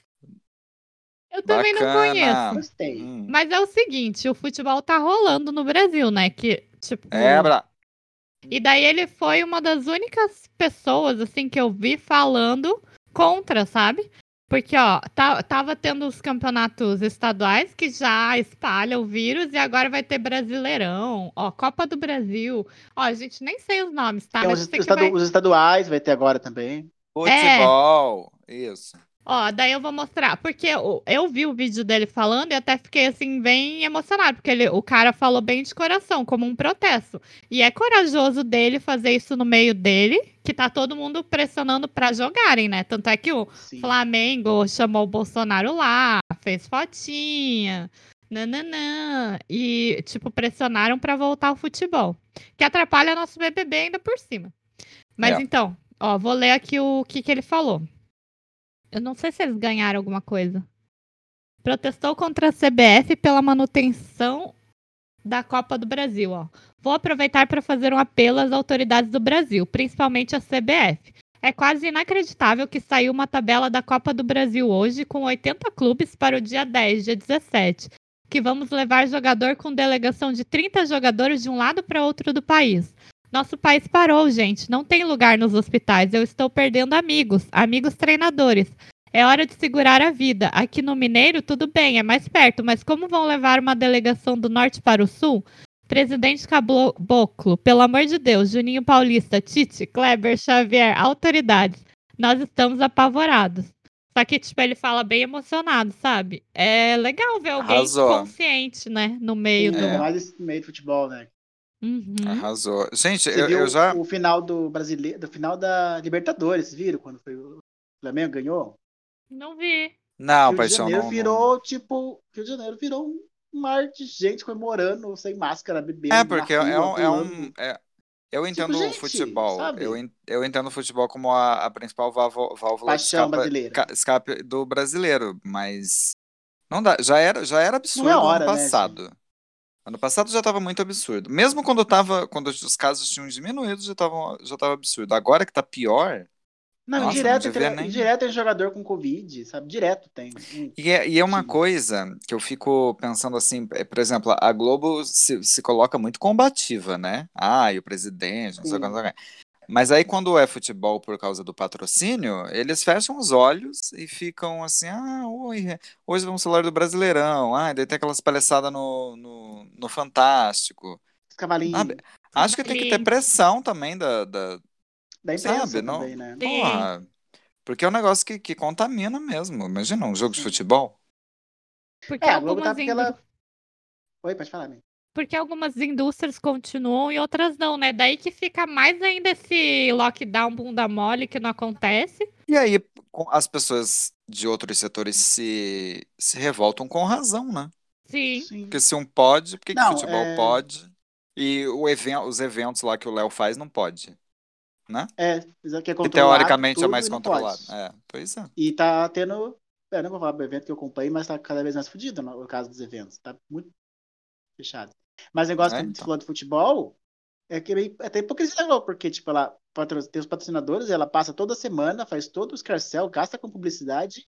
Speaker 7: Eu também não
Speaker 5: Bacana.
Speaker 7: conheço.
Speaker 6: Gostei.
Speaker 5: Hum.
Speaker 7: Mas é o seguinte, o futebol tá rolando no Brasil, né? Que, tipo,
Speaker 5: É, bra...
Speaker 7: E daí ele foi uma das únicas pessoas, assim, que eu vi falando contra, sabe? Porque, ó, tá- tava tendo os campeonatos estaduais que já espalham o vírus e agora vai ter Brasileirão, ó, Copa do Brasil. Ó, a gente nem sei os nomes, tá?
Speaker 6: Tem
Speaker 7: Mas
Speaker 6: É, os,
Speaker 7: eu sei que
Speaker 6: estadu-
Speaker 7: vai-
Speaker 6: os estaduais vai ter agora também.
Speaker 7: É.
Speaker 5: futebol. Isso.
Speaker 7: Ó, daí eu vou mostrar, porque eu, eu vi o vídeo dele falando e até fiquei, assim, bem emocionado, porque ele, o cara falou bem de coração, como um protesto. E é corajoso dele fazer isso no meio dele, que tá todo mundo pressionando pra jogarem, né? Tanto é que o
Speaker 6: Sim.
Speaker 7: Flamengo chamou o Bolsonaro lá, fez fotinha, nananã, e, tipo, pressionaram pra voltar ao futebol, que atrapalha nosso BBB ainda por cima. Mas
Speaker 5: É.
Speaker 7: então, ó, vou ler aqui o que, que ele falou. Eu não sei se eles ganharam alguma coisa. Protestou contra a CBF pela manutenção da Copa do Brasil, ó. Vou aproveitar para fazer um apelo às autoridades do Brasil, principalmente à CBF. É quase inacreditável que saiu uma tabela da Copa do Brasil hoje com 80 clubes para o dia 10, dia 17, que vamos levar jogador com delegação de 30 jogadores de um lado para outro do país. Nosso país parou, gente. Não tem lugar nos hospitais. Eu estou perdendo amigos, amigos treinadores. É hora de segurar a vida. Aqui no Mineiro, tudo bem, é mais perto, mas como vão levar uma delegação do norte para o sul? Presidente Caboclo, pelo amor de Deus, Juninho Paulista, Tite, Kleber, Xavier, autoridades, nós estamos apavorados. Só que, tipo, ele fala bem emocionado, sabe? É legal ver alguém
Speaker 5: Arrasou.
Speaker 7: consciente, né? No
Speaker 5: É.
Speaker 7: meio
Speaker 6: Ainda
Speaker 7: do.
Speaker 6: mais esse meio de futebol, né?
Speaker 7: Uhum.
Speaker 5: Arrasou. Gente,
Speaker 6: Você
Speaker 5: eu,
Speaker 6: viu
Speaker 5: eu já.
Speaker 6: o final do brasileiro, do final da Libertadores, vocês viram quando foi o Flamengo ganhou?
Speaker 7: Não vi.
Speaker 5: Não,
Speaker 6: Rio
Speaker 5: paixão.
Speaker 6: de Janeiro
Speaker 5: Ah, não-
Speaker 6: virou tipo, Rio de Janeiro virou um mar de gente comemorando sem máscara, bebendo.
Speaker 5: É,
Speaker 6: na
Speaker 5: porque é,
Speaker 6: rua,
Speaker 5: é um. é um-
Speaker 6: pulando. Tipo,
Speaker 5: é- eu entendo o
Speaker 6: gente,
Speaker 5: futebol.
Speaker 6: sabe?
Speaker 5: Eu, en- eu entendo o futebol como a, a principal válvu- válvula de
Speaker 6: Paixão
Speaker 5: escapa-
Speaker 6: brasileira.
Speaker 5: ca- escape do brasileiro, mas. Não dá. Já era, já era absurdo ano
Speaker 6: hora, né,
Speaker 5: passado. ano passado já tava muito absurdo. Mesmo quando tava. Quando os casos tinham diminuído, já tava, já tava absurdo. Agora que tá pior.
Speaker 6: Não,
Speaker 5: Nossa,
Speaker 6: direto,
Speaker 5: não devia
Speaker 6: tem,
Speaker 5: nem-
Speaker 6: direto tem jogador com Covid, sabe? Direto tem. Hum.
Speaker 5: E é, e é
Speaker 7: Uhum.
Speaker 5: uma
Speaker 6: Sim.
Speaker 5: coisa que eu fico pensando assim, é, por exemplo, a Globo se, se coloca muito combativa, né? Ah, e o presidente, não sei o que, não sei o que. Mas aí quando é futebol por causa do patrocínio, eles fecham os olhos e ficam assim, ah, oi, hoje vamos falar do Brasileirão, ah, e daí tem aquelas palhaçadas no, no, no Fantástico.
Speaker 6: Os cavalinhos
Speaker 5: Ah, be- Acho que tem que ter
Speaker 7: Sim.
Speaker 5: pressão também da, da,
Speaker 6: da imprensa
Speaker 5: sabe, não-
Speaker 6: também, né?
Speaker 7: Sim.
Speaker 5: Porra, porque é um negócio que, que contamina mesmo. Imagina um jogo de futebol.
Speaker 7: Porque,
Speaker 6: É, a Globo
Speaker 7: algumas
Speaker 6: tá com
Speaker 7: indú-
Speaker 6: aquela. Oi, pode falar, amigo.
Speaker 7: porque algumas indústrias continuam e outras não, né? Daí que fica mais ainda esse lockdown bunda mole que não acontece.
Speaker 5: E aí com- as pessoas de outros setores se, se revoltam com razão, né?
Speaker 7: Sim.
Speaker 5: Porque se um pode, por que, que
Speaker 6: Não,
Speaker 5: futebol
Speaker 6: é-
Speaker 5: pode? E o even- os eventos lá que o Léo faz não pode.
Speaker 6: É, mas é que
Speaker 5: Que
Speaker 6: é controlado,
Speaker 5: teoricamente é
Speaker 6: tudo
Speaker 5: mais
Speaker 6: e não pode.
Speaker 5: controlado. É, pois é.
Speaker 6: E tá tendo. Eu não vou falar do evento que eu acompanho, mas tá cada vez mais fodido no no caso dos eventos. Tá muito fechado. Mas o negócio
Speaker 5: É,
Speaker 6: que você
Speaker 5: então.
Speaker 6: falou do futebol é que é meio- é até hipocrisia da Globo, porque, tipo, ela patro- tem os patrocinadores, ela passa toda semana, faz todo o escarcel, gasta com publicidade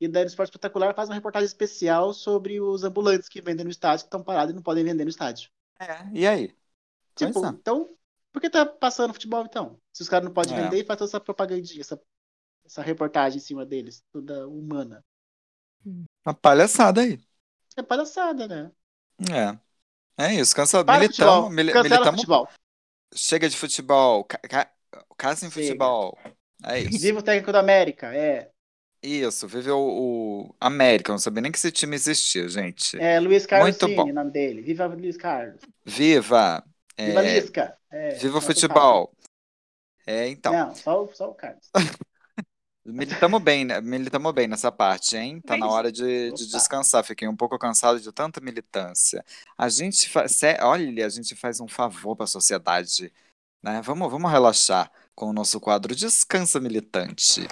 Speaker 6: E da Esporte Espetacular faz uma reportagem especial sobre os ambulantes que vendem no estádio, que estão parados e não podem vender no estádio.
Speaker 5: É, e aí?
Speaker 6: Tipo,
Speaker 5: Pois é.
Speaker 6: então, por que tá passando futebol então? Se os caras não podem
Speaker 5: É.
Speaker 6: vender e faz toda essa propagandinha, essa, essa reportagem em cima deles, toda humana.
Speaker 5: Uma palhaçada aí.
Speaker 6: É palhaçada, né?
Speaker 5: É. É isso, cansa...
Speaker 6: Para o
Speaker 5: militamos,
Speaker 6: futebol,
Speaker 5: mili-
Speaker 6: cancela o
Speaker 5: militamos-
Speaker 6: futebol.
Speaker 5: Chega de futebol, ca... ca- caça em
Speaker 6: Chega.
Speaker 5: futebol.
Speaker 6: [laughs]
Speaker 5: É isso.
Speaker 6: Viva o técnico da América, é.
Speaker 5: Isso, vive o, o América, eu não sabia nem que esse time existia, gente.
Speaker 6: É Luiz Carlos
Speaker 5: Muito
Speaker 6: Cine,
Speaker 5: bom.
Speaker 6: o nome dele. Viva Luiz Carlos.
Speaker 5: Viva! É,
Speaker 6: Viva Lisca. É,
Speaker 5: viva
Speaker 6: não,
Speaker 5: o futebol! É, então,
Speaker 6: Não, só, o- só o Carlos.
Speaker 5: militamos bem, né? Militamos bem nessa parte, hein? Tá na
Speaker 7: Bem-
Speaker 5: hora de, de
Speaker 6: Opa.
Speaker 5: descansar, fiquei um pouco cansado de tanta militância. A gente faz, olha, a gente faz um favor para a sociedade, né? Vamos, vamos relaxar com o nosso quadro Descansa Militante.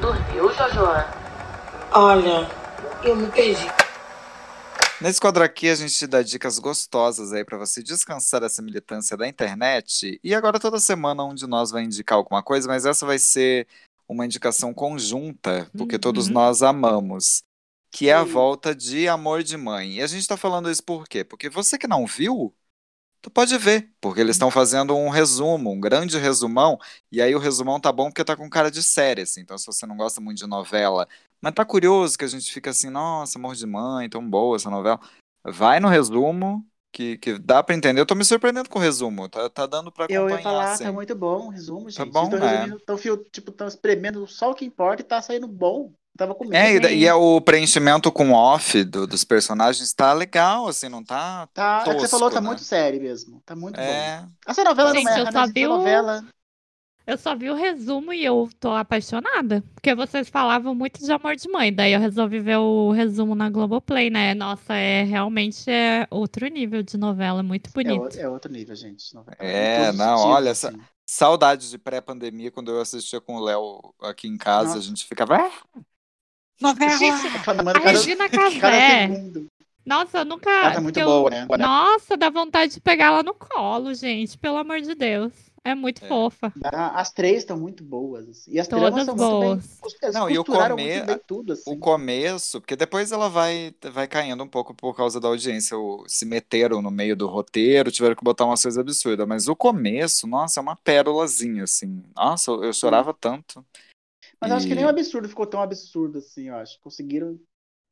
Speaker 8: Dormiu, Jojo? Olha, eu me perdi.
Speaker 5: Nesse quadro aqui, a gente dá dicas gostosas aí pra você descansar essa militância da internet. E agora, toda semana, um de nós vai indicar alguma coisa, mas essa vai ser uma indicação conjunta, porque
Speaker 7: Uhum.
Speaker 5: todos nós amamos, que é a
Speaker 6: Sim.
Speaker 5: volta de Amor de Mãe. E a gente tá falando isso por quê? Porque você que não viu, tu pode ver, porque eles estão fazendo um resumo, um grande resumão, e aí o resumão tá bom porque tá com cara de série, assim. Então, se você não gosta muito de novela, mas tá curioso que a gente fica assim, nossa, Amor de Mãe, tão boa essa novela. Vai no resumo, que, que dá pra entender. Eu tô me surpreendendo com o resumo, tá, tá dando pra
Speaker 6: Eu ia
Speaker 5: acompanhar,
Speaker 6: falar,
Speaker 5: assim.
Speaker 6: tá muito bom o resumo, gente.
Speaker 5: Tá bom,
Speaker 6: Estão
Speaker 5: é.
Speaker 6: resumindo, tão fio- tipo, tão espremendo só o que importa e tá saindo bom. Tava comendo.
Speaker 5: É, e, da-
Speaker 7: Sim.
Speaker 5: e é o preenchimento com off do- dos personagens tá legal, assim, não tá?
Speaker 6: Tá, é o que você
Speaker 5: tosco,
Speaker 6: falou, tá
Speaker 5: né?
Speaker 6: muito sério mesmo. Tá muito bom.
Speaker 5: É.
Speaker 6: Essa novela
Speaker 7: Gente,
Speaker 6: não
Speaker 7: eu
Speaker 6: erra,
Speaker 7: só
Speaker 6: né? Essa
Speaker 7: vi o-
Speaker 6: novela.
Speaker 7: Eu só vi o resumo e eu tô apaixonada. Porque vocês falavam muito de amor de mãe. Daí eu resolvi ver o resumo na Globoplay, né? Nossa, é realmente é outro nível de novela, muito
Speaker 6: É,
Speaker 7: bonito.
Speaker 6: o- é outro nível, gente. Novela.
Speaker 5: É,
Speaker 6: Em todos os
Speaker 5: não,
Speaker 6: sentidos,
Speaker 5: olha, essa-
Speaker 6: assim.
Speaker 5: Saudades de pré-pandemia, quando eu assistia com o Léo aqui em casa,
Speaker 6: Nossa.
Speaker 5: a gente ficava. "Ah, novela!
Speaker 6: Reclamando
Speaker 7: A
Speaker 6: cada,
Speaker 7: Regina
Speaker 6: cada
Speaker 7: Casé.
Speaker 6: segundo.
Speaker 7: Nossa, eu nunca.
Speaker 6: Ela tá muito
Speaker 7: que eu-
Speaker 6: boa, né?
Speaker 7: Nossa, dá vontade de pegar ela no colo, gente. Pelo amor de Deus. É muito
Speaker 5: É.
Speaker 7: fofa.
Speaker 6: Ah, As três estão muito boas. assim. E as tramas
Speaker 7: Todas
Speaker 6: são muito
Speaker 7: boas.
Speaker 6: bem. cos- Eles
Speaker 5: Não, e o
Speaker 6: costuraram
Speaker 5: comer-
Speaker 6: muito bem tudo, assim.
Speaker 5: O começo, porque depois ela vai, vai caindo um pouco por causa da audiência. o- se meteram no meio do roteiro, tiveram que botar umas coisas absurdas. Mas o começo, nossa, é uma pérolazinha, assim. Nossa, eu, eu chorava tanto.
Speaker 6: Mas eu acho que
Speaker 5: E-
Speaker 6: nem o absurdo ficou tão absurdo assim, eu acho. Conseguiram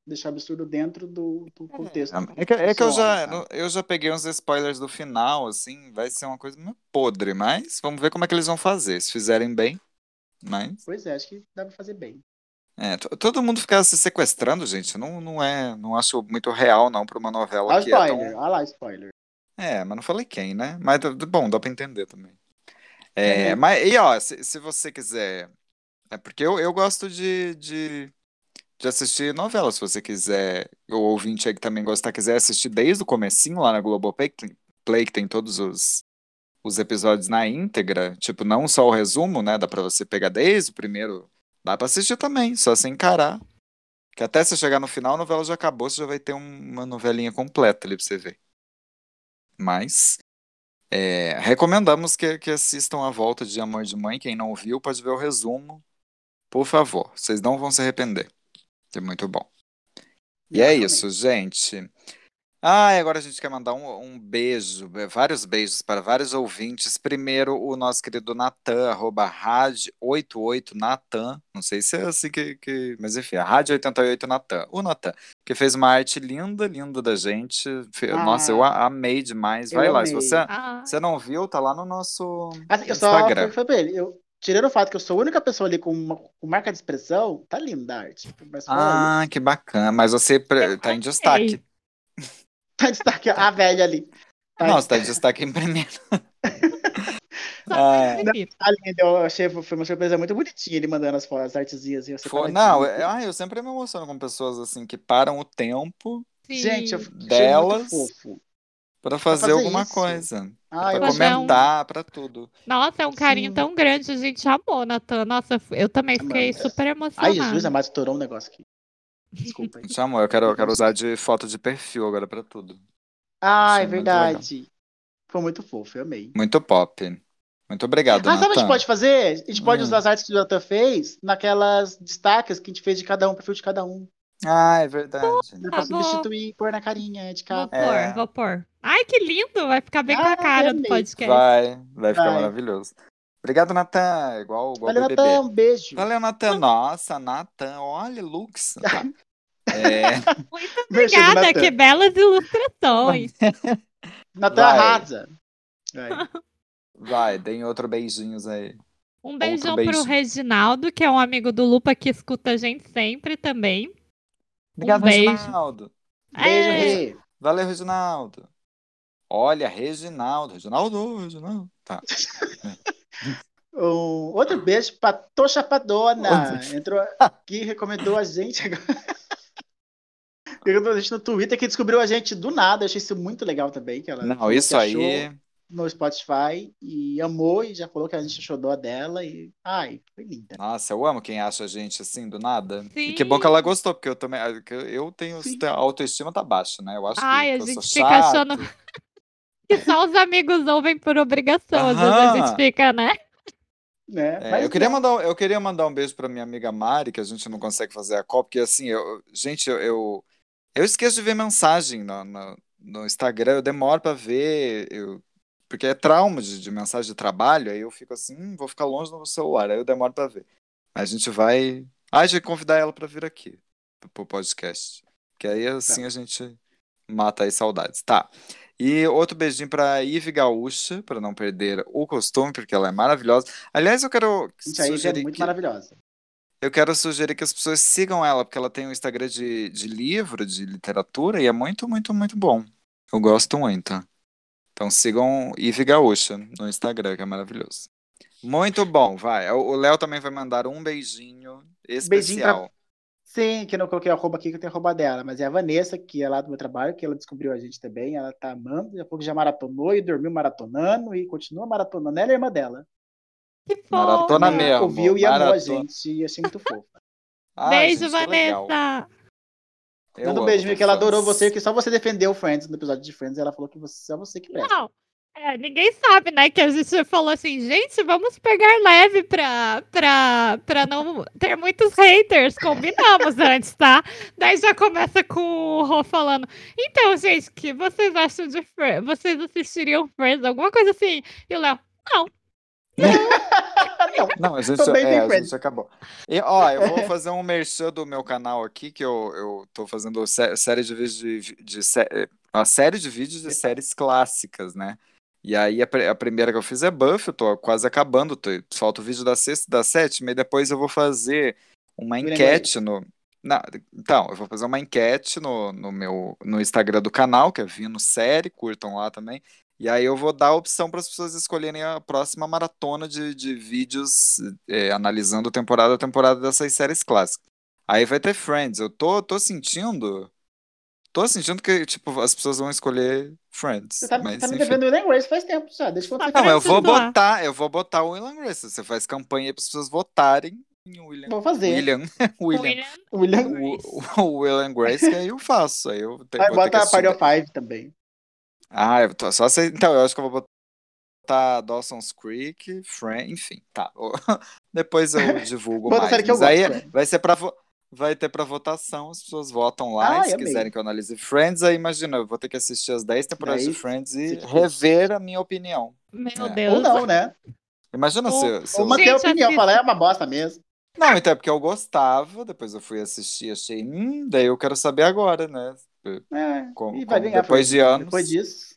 Speaker 6: deixar o absurdo dentro do, do contexto.
Speaker 5: É que, é que eu, já,
Speaker 6: Sabe?
Speaker 5: eu já peguei uns spoilers do final, assim, vai ser uma coisa meio podre, mas vamos ver como é que eles vão fazer. Se fizerem bem, mas.
Speaker 6: Pois é, acho que dá pra fazer bem.
Speaker 5: É, to- todo mundo ficar se sequestrando, gente, não, não é. Não acho muito real, não, pra uma novela
Speaker 6: Olha o
Speaker 5: que é tão.
Speaker 6: spoiler, olha lá o spoiler.
Speaker 5: É, mas não falei quem, né? Mas tá- bom, dá pra entender também. É,
Speaker 6: É.
Speaker 5: mas e ó, se, se você quiser. É porque eu, eu gosto de, de, de assistir novela, se você quiser, o ouvinte aí que também gostar, quiser assistir desde o comecinho lá na Globoplay, que tem- Play, que tem todos os, os episódios na íntegra, tipo, não só o resumo, né? Dá pra você pegar desde o primeiro. Dá pra assistir também, só se encarar. Que até você chegar no final, a novela já acabou, você já vai ter um- uma novelinha completa ali pra você ver. Mas é, recomendamos que, que assistam a volta de Amor de Mãe. Quem não viu, pode ver o resumo. Por favor, vocês não vão se arrepender. É muito bom. E é
Speaker 6: Exatamente.
Speaker 5: isso, gente. Ah, e agora a gente quer mandar um, um beijo, eh, vários beijos para vários ouvintes. Primeiro, o nosso querido Natan, arroba rádio 88 Natan. Não sei se é assim que. que- Mas enfim, a rádio 88 Natan. O Natan, que fez uma arte linda, linda da gente. Fe-
Speaker 6: Ah,
Speaker 5: Nossa, eu a- amei demais.
Speaker 6: eu
Speaker 5: Vai lá, se
Speaker 6: amei.
Speaker 5: você,
Speaker 7: Ah,
Speaker 5: você não viu, tá lá no nosso
Speaker 6: Assim, eu só
Speaker 5: Instagram.
Speaker 6: foi, foi pra ele. Eu, tirando o fato que eu sou a única pessoa ali com, uma- com marca de expressão, tá linda a arte. Mas fora
Speaker 5: Ah, que bacana. Mas você pre-
Speaker 7: Eu
Speaker 5: tá em
Speaker 7: amei.
Speaker 5: destaque.
Speaker 6: isso, [laughs] tá em destaque a velha ali. Tá em
Speaker 5: Não, você tá em destaque em primeiro.
Speaker 7: só
Speaker 5: Ah,
Speaker 7: percebi.
Speaker 6: Ah, lindo, Eu achei, foi uma surpresa muito bonitinha ele mandando as, fo- as artezinhas. Assim,
Speaker 5: Foi-
Speaker 6: separadinho.
Speaker 5: não, é- ah, eu sempre me emociono com pessoas assim que param o tempo
Speaker 7: Sim.
Speaker 6: Gente, eu achei
Speaker 5: Delas.
Speaker 6: muito fofo.
Speaker 5: pra fazer,
Speaker 6: fazer
Speaker 5: alguma
Speaker 6: isso.
Speaker 5: coisa,
Speaker 6: Ah,
Speaker 5: Pra
Speaker 6: eu
Speaker 7: achei um-
Speaker 5: comentar, pra tudo.
Speaker 7: Nossa, é um carinho
Speaker 6: Sim.
Speaker 7: tão grande, a gente amou, Natan. Nossa, eu f- eu também fiquei
Speaker 6: Amamos.
Speaker 7: super
Speaker 6: Ai,
Speaker 7: emocionada.
Speaker 6: Jesus, amado, estourou um negócio aqui. Desculpa [laughs] aí.
Speaker 5: Gente, amor, eu quero, eu quero usar de foto de perfil agora pra tudo.
Speaker 6: Ah, é
Speaker 5: Achei muito legal.
Speaker 6: verdade. Foi muito fofo, eu amei.
Speaker 5: Muito pop. Muito obrigado,
Speaker 6: Ah, sabe o que a
Speaker 5: Natan.
Speaker 6: gente pode fazer? A gente pode
Speaker 5: Hum.
Speaker 6: usar as artes que o Jonathan fez naquelas destacas que a gente fez de cada um, perfil de cada um.
Speaker 5: Ah, é verdade.
Speaker 6: Dá
Speaker 5: né?
Speaker 6: pra
Speaker 7: Tá bom.
Speaker 6: substituir, pôr na carinha de
Speaker 7: Vou
Speaker 6: capa.
Speaker 7: pôr,
Speaker 5: É.
Speaker 7: vou pôr. Ai, que lindo! Vai ficar bem com
Speaker 6: Ah,
Speaker 7: a cara do
Speaker 6: amei.
Speaker 7: podcast.
Speaker 5: Vai, vai ficar
Speaker 6: Vai.
Speaker 5: maravilhoso. Obrigado, Natan. Igual, igual
Speaker 6: Valeu,
Speaker 5: BBB.
Speaker 6: Natan, um beijo.
Speaker 5: Valeu, Natan. Nossa, Natan. Olha,
Speaker 6: [laughs]
Speaker 5: Lux. Tá. É,
Speaker 7: Muito
Speaker 6: Beijo do
Speaker 7: obrigada,
Speaker 6: Natan.
Speaker 7: que belas ilustrações.
Speaker 6: Natan
Speaker 5: Vai.
Speaker 6: arrasa.
Speaker 7: [laughs]
Speaker 6: Vai.
Speaker 5: vai, deem outro beijinhos aí.
Speaker 7: Um beijão
Speaker 5: beijo.
Speaker 7: pro Reginaldo, que é um amigo do Lupa que escuta a gente sempre também.
Speaker 5: Obrigado,
Speaker 7: Um beijo.
Speaker 5: Reginaldo.
Speaker 6: Beijo,
Speaker 7: É.
Speaker 6: Rê.
Speaker 5: Valeu, Reginaldo. Olha, Reginaldo. Reginaldo, Reginaldo. Tá.
Speaker 6: Um, outro beijo pra Tô Chapadona. Entrou aqui e recomendou a gente agora. [laughs] Recomendou a gente no Twitter que descobriu a gente do nada. Eu achei isso muito legal também. Que ela
Speaker 5: Não,
Speaker 6: falou que
Speaker 5: isso
Speaker 6: achou
Speaker 5: aí.
Speaker 6: No Spotify e amou e já falou que a gente achou dó dela. E, ai, foi linda.
Speaker 5: Nossa, eu amo quem acha a gente assim do nada. E que
Speaker 7: Sim.
Speaker 5: bom que ela gostou, porque eu também. ah, que Eu tenho.
Speaker 6: Sim.
Speaker 5: A autoestima tá baixa, né? Eu acho
Speaker 7: Ai,
Speaker 5: que,
Speaker 7: a
Speaker 5: que eu sou
Speaker 7: gente fica
Speaker 5: chato.
Speaker 7: achando que só os amigos ouvem por obrigação. Às vezes a
Speaker 5: Aham.
Speaker 7: gente fica, né?
Speaker 6: Né?
Speaker 5: É,
Speaker 6: Mas
Speaker 5: eu, queria
Speaker 6: não.
Speaker 5: mandar, um- eu queria mandar um beijo pra minha amiga Mari, que a gente não consegue fazer a call, porque assim, eu, gente, eu, eu, eu esqueço de ver mensagem no, no, no Instagram, eu demoro pra ver, eu, porque é trauma de, de mensagem de trabalho, aí eu fico assim, "Hum, vou ficar longe do meu celular, aí eu demoro pra ver. Aí A gente vai. Ah, a gente convidar ela pra vir aqui, pro- pro podcast. Que aí
Speaker 6: Tá.
Speaker 5: assim a gente mata aí saudades. Tá. E outro beijinho pra Ive Gaúcha, pra não perder o costume, porque ela é maravilhosa. Aliás, eu quero
Speaker 6: Gente, a Ivy é
Speaker 5: sugerir
Speaker 6: muito
Speaker 5: que,
Speaker 6: maravilhosa.
Speaker 5: eu quero sugerir que as pessoas sigam ela, porque ela tem um Instagram de, de livro, de literatura, e é muito, muito, muito bom. Eu gosto muito. Então sigam Ive Gaúcha no Instagram, que é maravilhoso. Muito bom, vai. O o Léo também vai mandar um beijinho
Speaker 6: Beijinho pra-
Speaker 5: especial.
Speaker 6: Sim, que eu não coloquei a arroba aqui, que eu tenho a arroba dela, mas é a Vanessa, que é lá do meu trabalho, que ela descobriu a gente também, ela tá amando, daqui a pouco já maratonou e dormiu maratonando e continua maratonando, ela é irmã dela.
Speaker 7: Que fofo.
Speaker 5: Maratona
Speaker 6: Ela
Speaker 5: Tá mesmo.
Speaker 6: Ouviu e amou a
Speaker 5: maratona.
Speaker 6: gente, e achei muito fofo.
Speaker 5: Ai,
Speaker 7: Beijo,
Speaker 5: Ah, gente, que legal.
Speaker 7: Vanessa.
Speaker 5: [laughs] Eu
Speaker 6: Dando um
Speaker 5: amo
Speaker 6: beijo, viu, que ela
Speaker 5: fãs.
Speaker 6: adorou você, que só você defendeu o Friends no episódio de Friends, e ela falou que você, só você que presta.
Speaker 7: Não. É, ninguém sabe, né? Que a gente falou assim, gente, vamos pegar leve pra, pra, pra não ter muitos haters. Combinamos antes, tá? Daí já começa com o Rô falando. Então, gente, o que vocês acham de Friends? Vocês assistiriam Friends? Alguma coisa assim. E o Léo,
Speaker 5: Não,
Speaker 6: [laughs]
Speaker 5: a gente,
Speaker 6: Também tem
Speaker 5: é, a
Speaker 6: Friends.
Speaker 5: gente acabou. E, ó,
Speaker 6: [laughs]
Speaker 5: eu vou fazer um merchan do meu canal aqui, que eu, eu tô fazendo sé- série de vídeos de, vi- de sé- eh, uma série de vídeos de séries clássicas, né? E aí a, pri- a primeira que eu fiz é Buff, eu tô quase acabando, tô, falta o vídeo da sexta e da sétima, e depois eu vou fazer uma
Speaker 6: Grande
Speaker 5: enquete no. na- então, eu vou fazer uma enquete no, no meu no Instagram do canal, que é Vino Série, curtam lá também. E aí eu vou dar a opção para as pessoas escolherem a próxima maratona de, de vídeos é, analisando temporada a temporada dessas séries clássicas. Aí vai ter Friends. Eu tô, tô sentindo. Tô sentindo que, tipo, as pessoas vão escolher Friends.
Speaker 6: Você tá,
Speaker 5: mas,
Speaker 6: tá me
Speaker 5: enfim.
Speaker 6: devendo o Grace faz tempo já, deixa eu
Speaker 7: Tá
Speaker 6: contar.
Speaker 5: Não, eu vou
Speaker 7: Friends lá.
Speaker 5: botar, eu vou botar o William Grace. Você faz campanha para as pessoas votarem em William.
Speaker 6: Vou fazer.
Speaker 5: William. [laughs] William.
Speaker 7: William.
Speaker 6: William.
Speaker 5: O, o William Grace, que aí eu faço. Aí eu te,
Speaker 6: Aí
Speaker 5: vou ter que
Speaker 6: bota a
Speaker 5: assumir.
Speaker 6: Party of Five também.
Speaker 5: Ah, eu tô só sei. Então, eu acho que eu vou botar Dawson's Creek, Friends, enfim, tá. [laughs] Depois
Speaker 6: [laughs]
Speaker 5: eu divulgo
Speaker 6: Bota a
Speaker 5: mais.
Speaker 6: série que eu
Speaker 5: Mas aí
Speaker 6: gosto, né? Friends.
Speaker 5: vai ser para vai ter pra votação, as pessoas votam lá,
Speaker 6: Ai,
Speaker 5: e se
Speaker 6: amei.
Speaker 5: quiserem que eu analise Friends, aí imagina, eu vou ter que assistir as 10 temporadas
Speaker 6: Daí,
Speaker 5: de Friends e
Speaker 6: se-
Speaker 5: rever a minha opinião.
Speaker 7: Meu
Speaker 5: É.
Speaker 7: Deus.
Speaker 6: Ou não, né?
Speaker 5: Imagina se, se
Speaker 6: Ou
Speaker 5: eu...
Speaker 7: uma-
Speaker 6: manter a
Speaker 7: Gente,
Speaker 6: opinião,
Speaker 7: assista.
Speaker 6: falar é uma bosta mesmo.
Speaker 5: Não, então é porque eu gostava, depois eu fui assistir, achei, hum, daí eu quero saber agora, né?
Speaker 6: É,
Speaker 5: Como-
Speaker 6: e vai
Speaker 5: como
Speaker 6: ganhar
Speaker 5: depois
Speaker 6: Friends.
Speaker 5: de anos.
Speaker 6: Depois disso.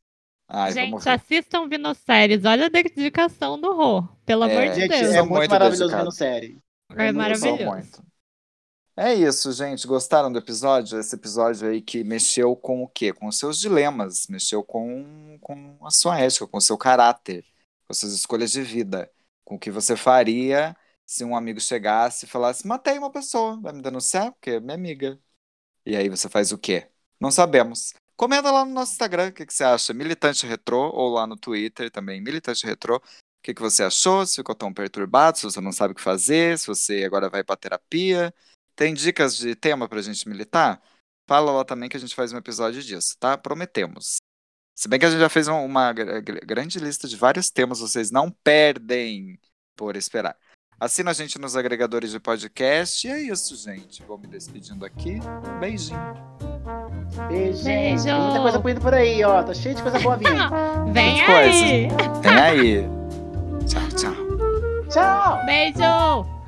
Speaker 5: Ai, vou
Speaker 7: Gente,
Speaker 5: morrer.
Speaker 7: assistam Vino Séries. Olha a dedicação do Rô. Pelo
Speaker 5: É,
Speaker 7: amor de
Speaker 6: Gente,
Speaker 7: Deus.
Speaker 6: é um
Speaker 5: São
Speaker 6: muito,
Speaker 5: muito
Speaker 6: maravilhoso
Speaker 5: dedicados.
Speaker 6: vendo série.
Speaker 7: É,
Speaker 5: Eu não sou
Speaker 7: maravilhoso.
Speaker 5: muito. É isso, gente. Gostaram do episódio? Esse episódio aí que mexeu com o quê? Com os seus dilemas, mexeu com, com a sua ética, com o seu caráter, com as suas escolhas de vida, com o que você faria se um amigo chegasse e falasse: matei uma pessoa, vai me denunciar porque é minha amiga. E aí você faz o quê? Não sabemos. Comenta lá no nosso Instagram o que, que você acha, Militante Retrô, ou lá no Twitter também, Militante Retrô. O que, que você achou? Se ficou tão perturbado, se você não sabe o que fazer, se você agora vai pra terapia. Tem dicas de tema pra gente militar? Fala lá também que a gente faz um episódio disso, tá? Prometemos. Se bem que a gente já fez um- uma gr- gr- grande lista de vários temas, vocês não perdem por esperar. Assina a gente nos agregadores de podcast. E é isso, gente. Vou me despedindo aqui. Um Beijinho.
Speaker 6: Beijo.
Speaker 7: Beijo.
Speaker 6: Tem muita coisa bonita por aí, ó. Tá cheio de coisa boa vindo.
Speaker 7: Vem
Speaker 5: Essas
Speaker 7: aí!
Speaker 5: Vem aí. Tchau, tchau.
Speaker 6: Tchau!
Speaker 7: Beijo!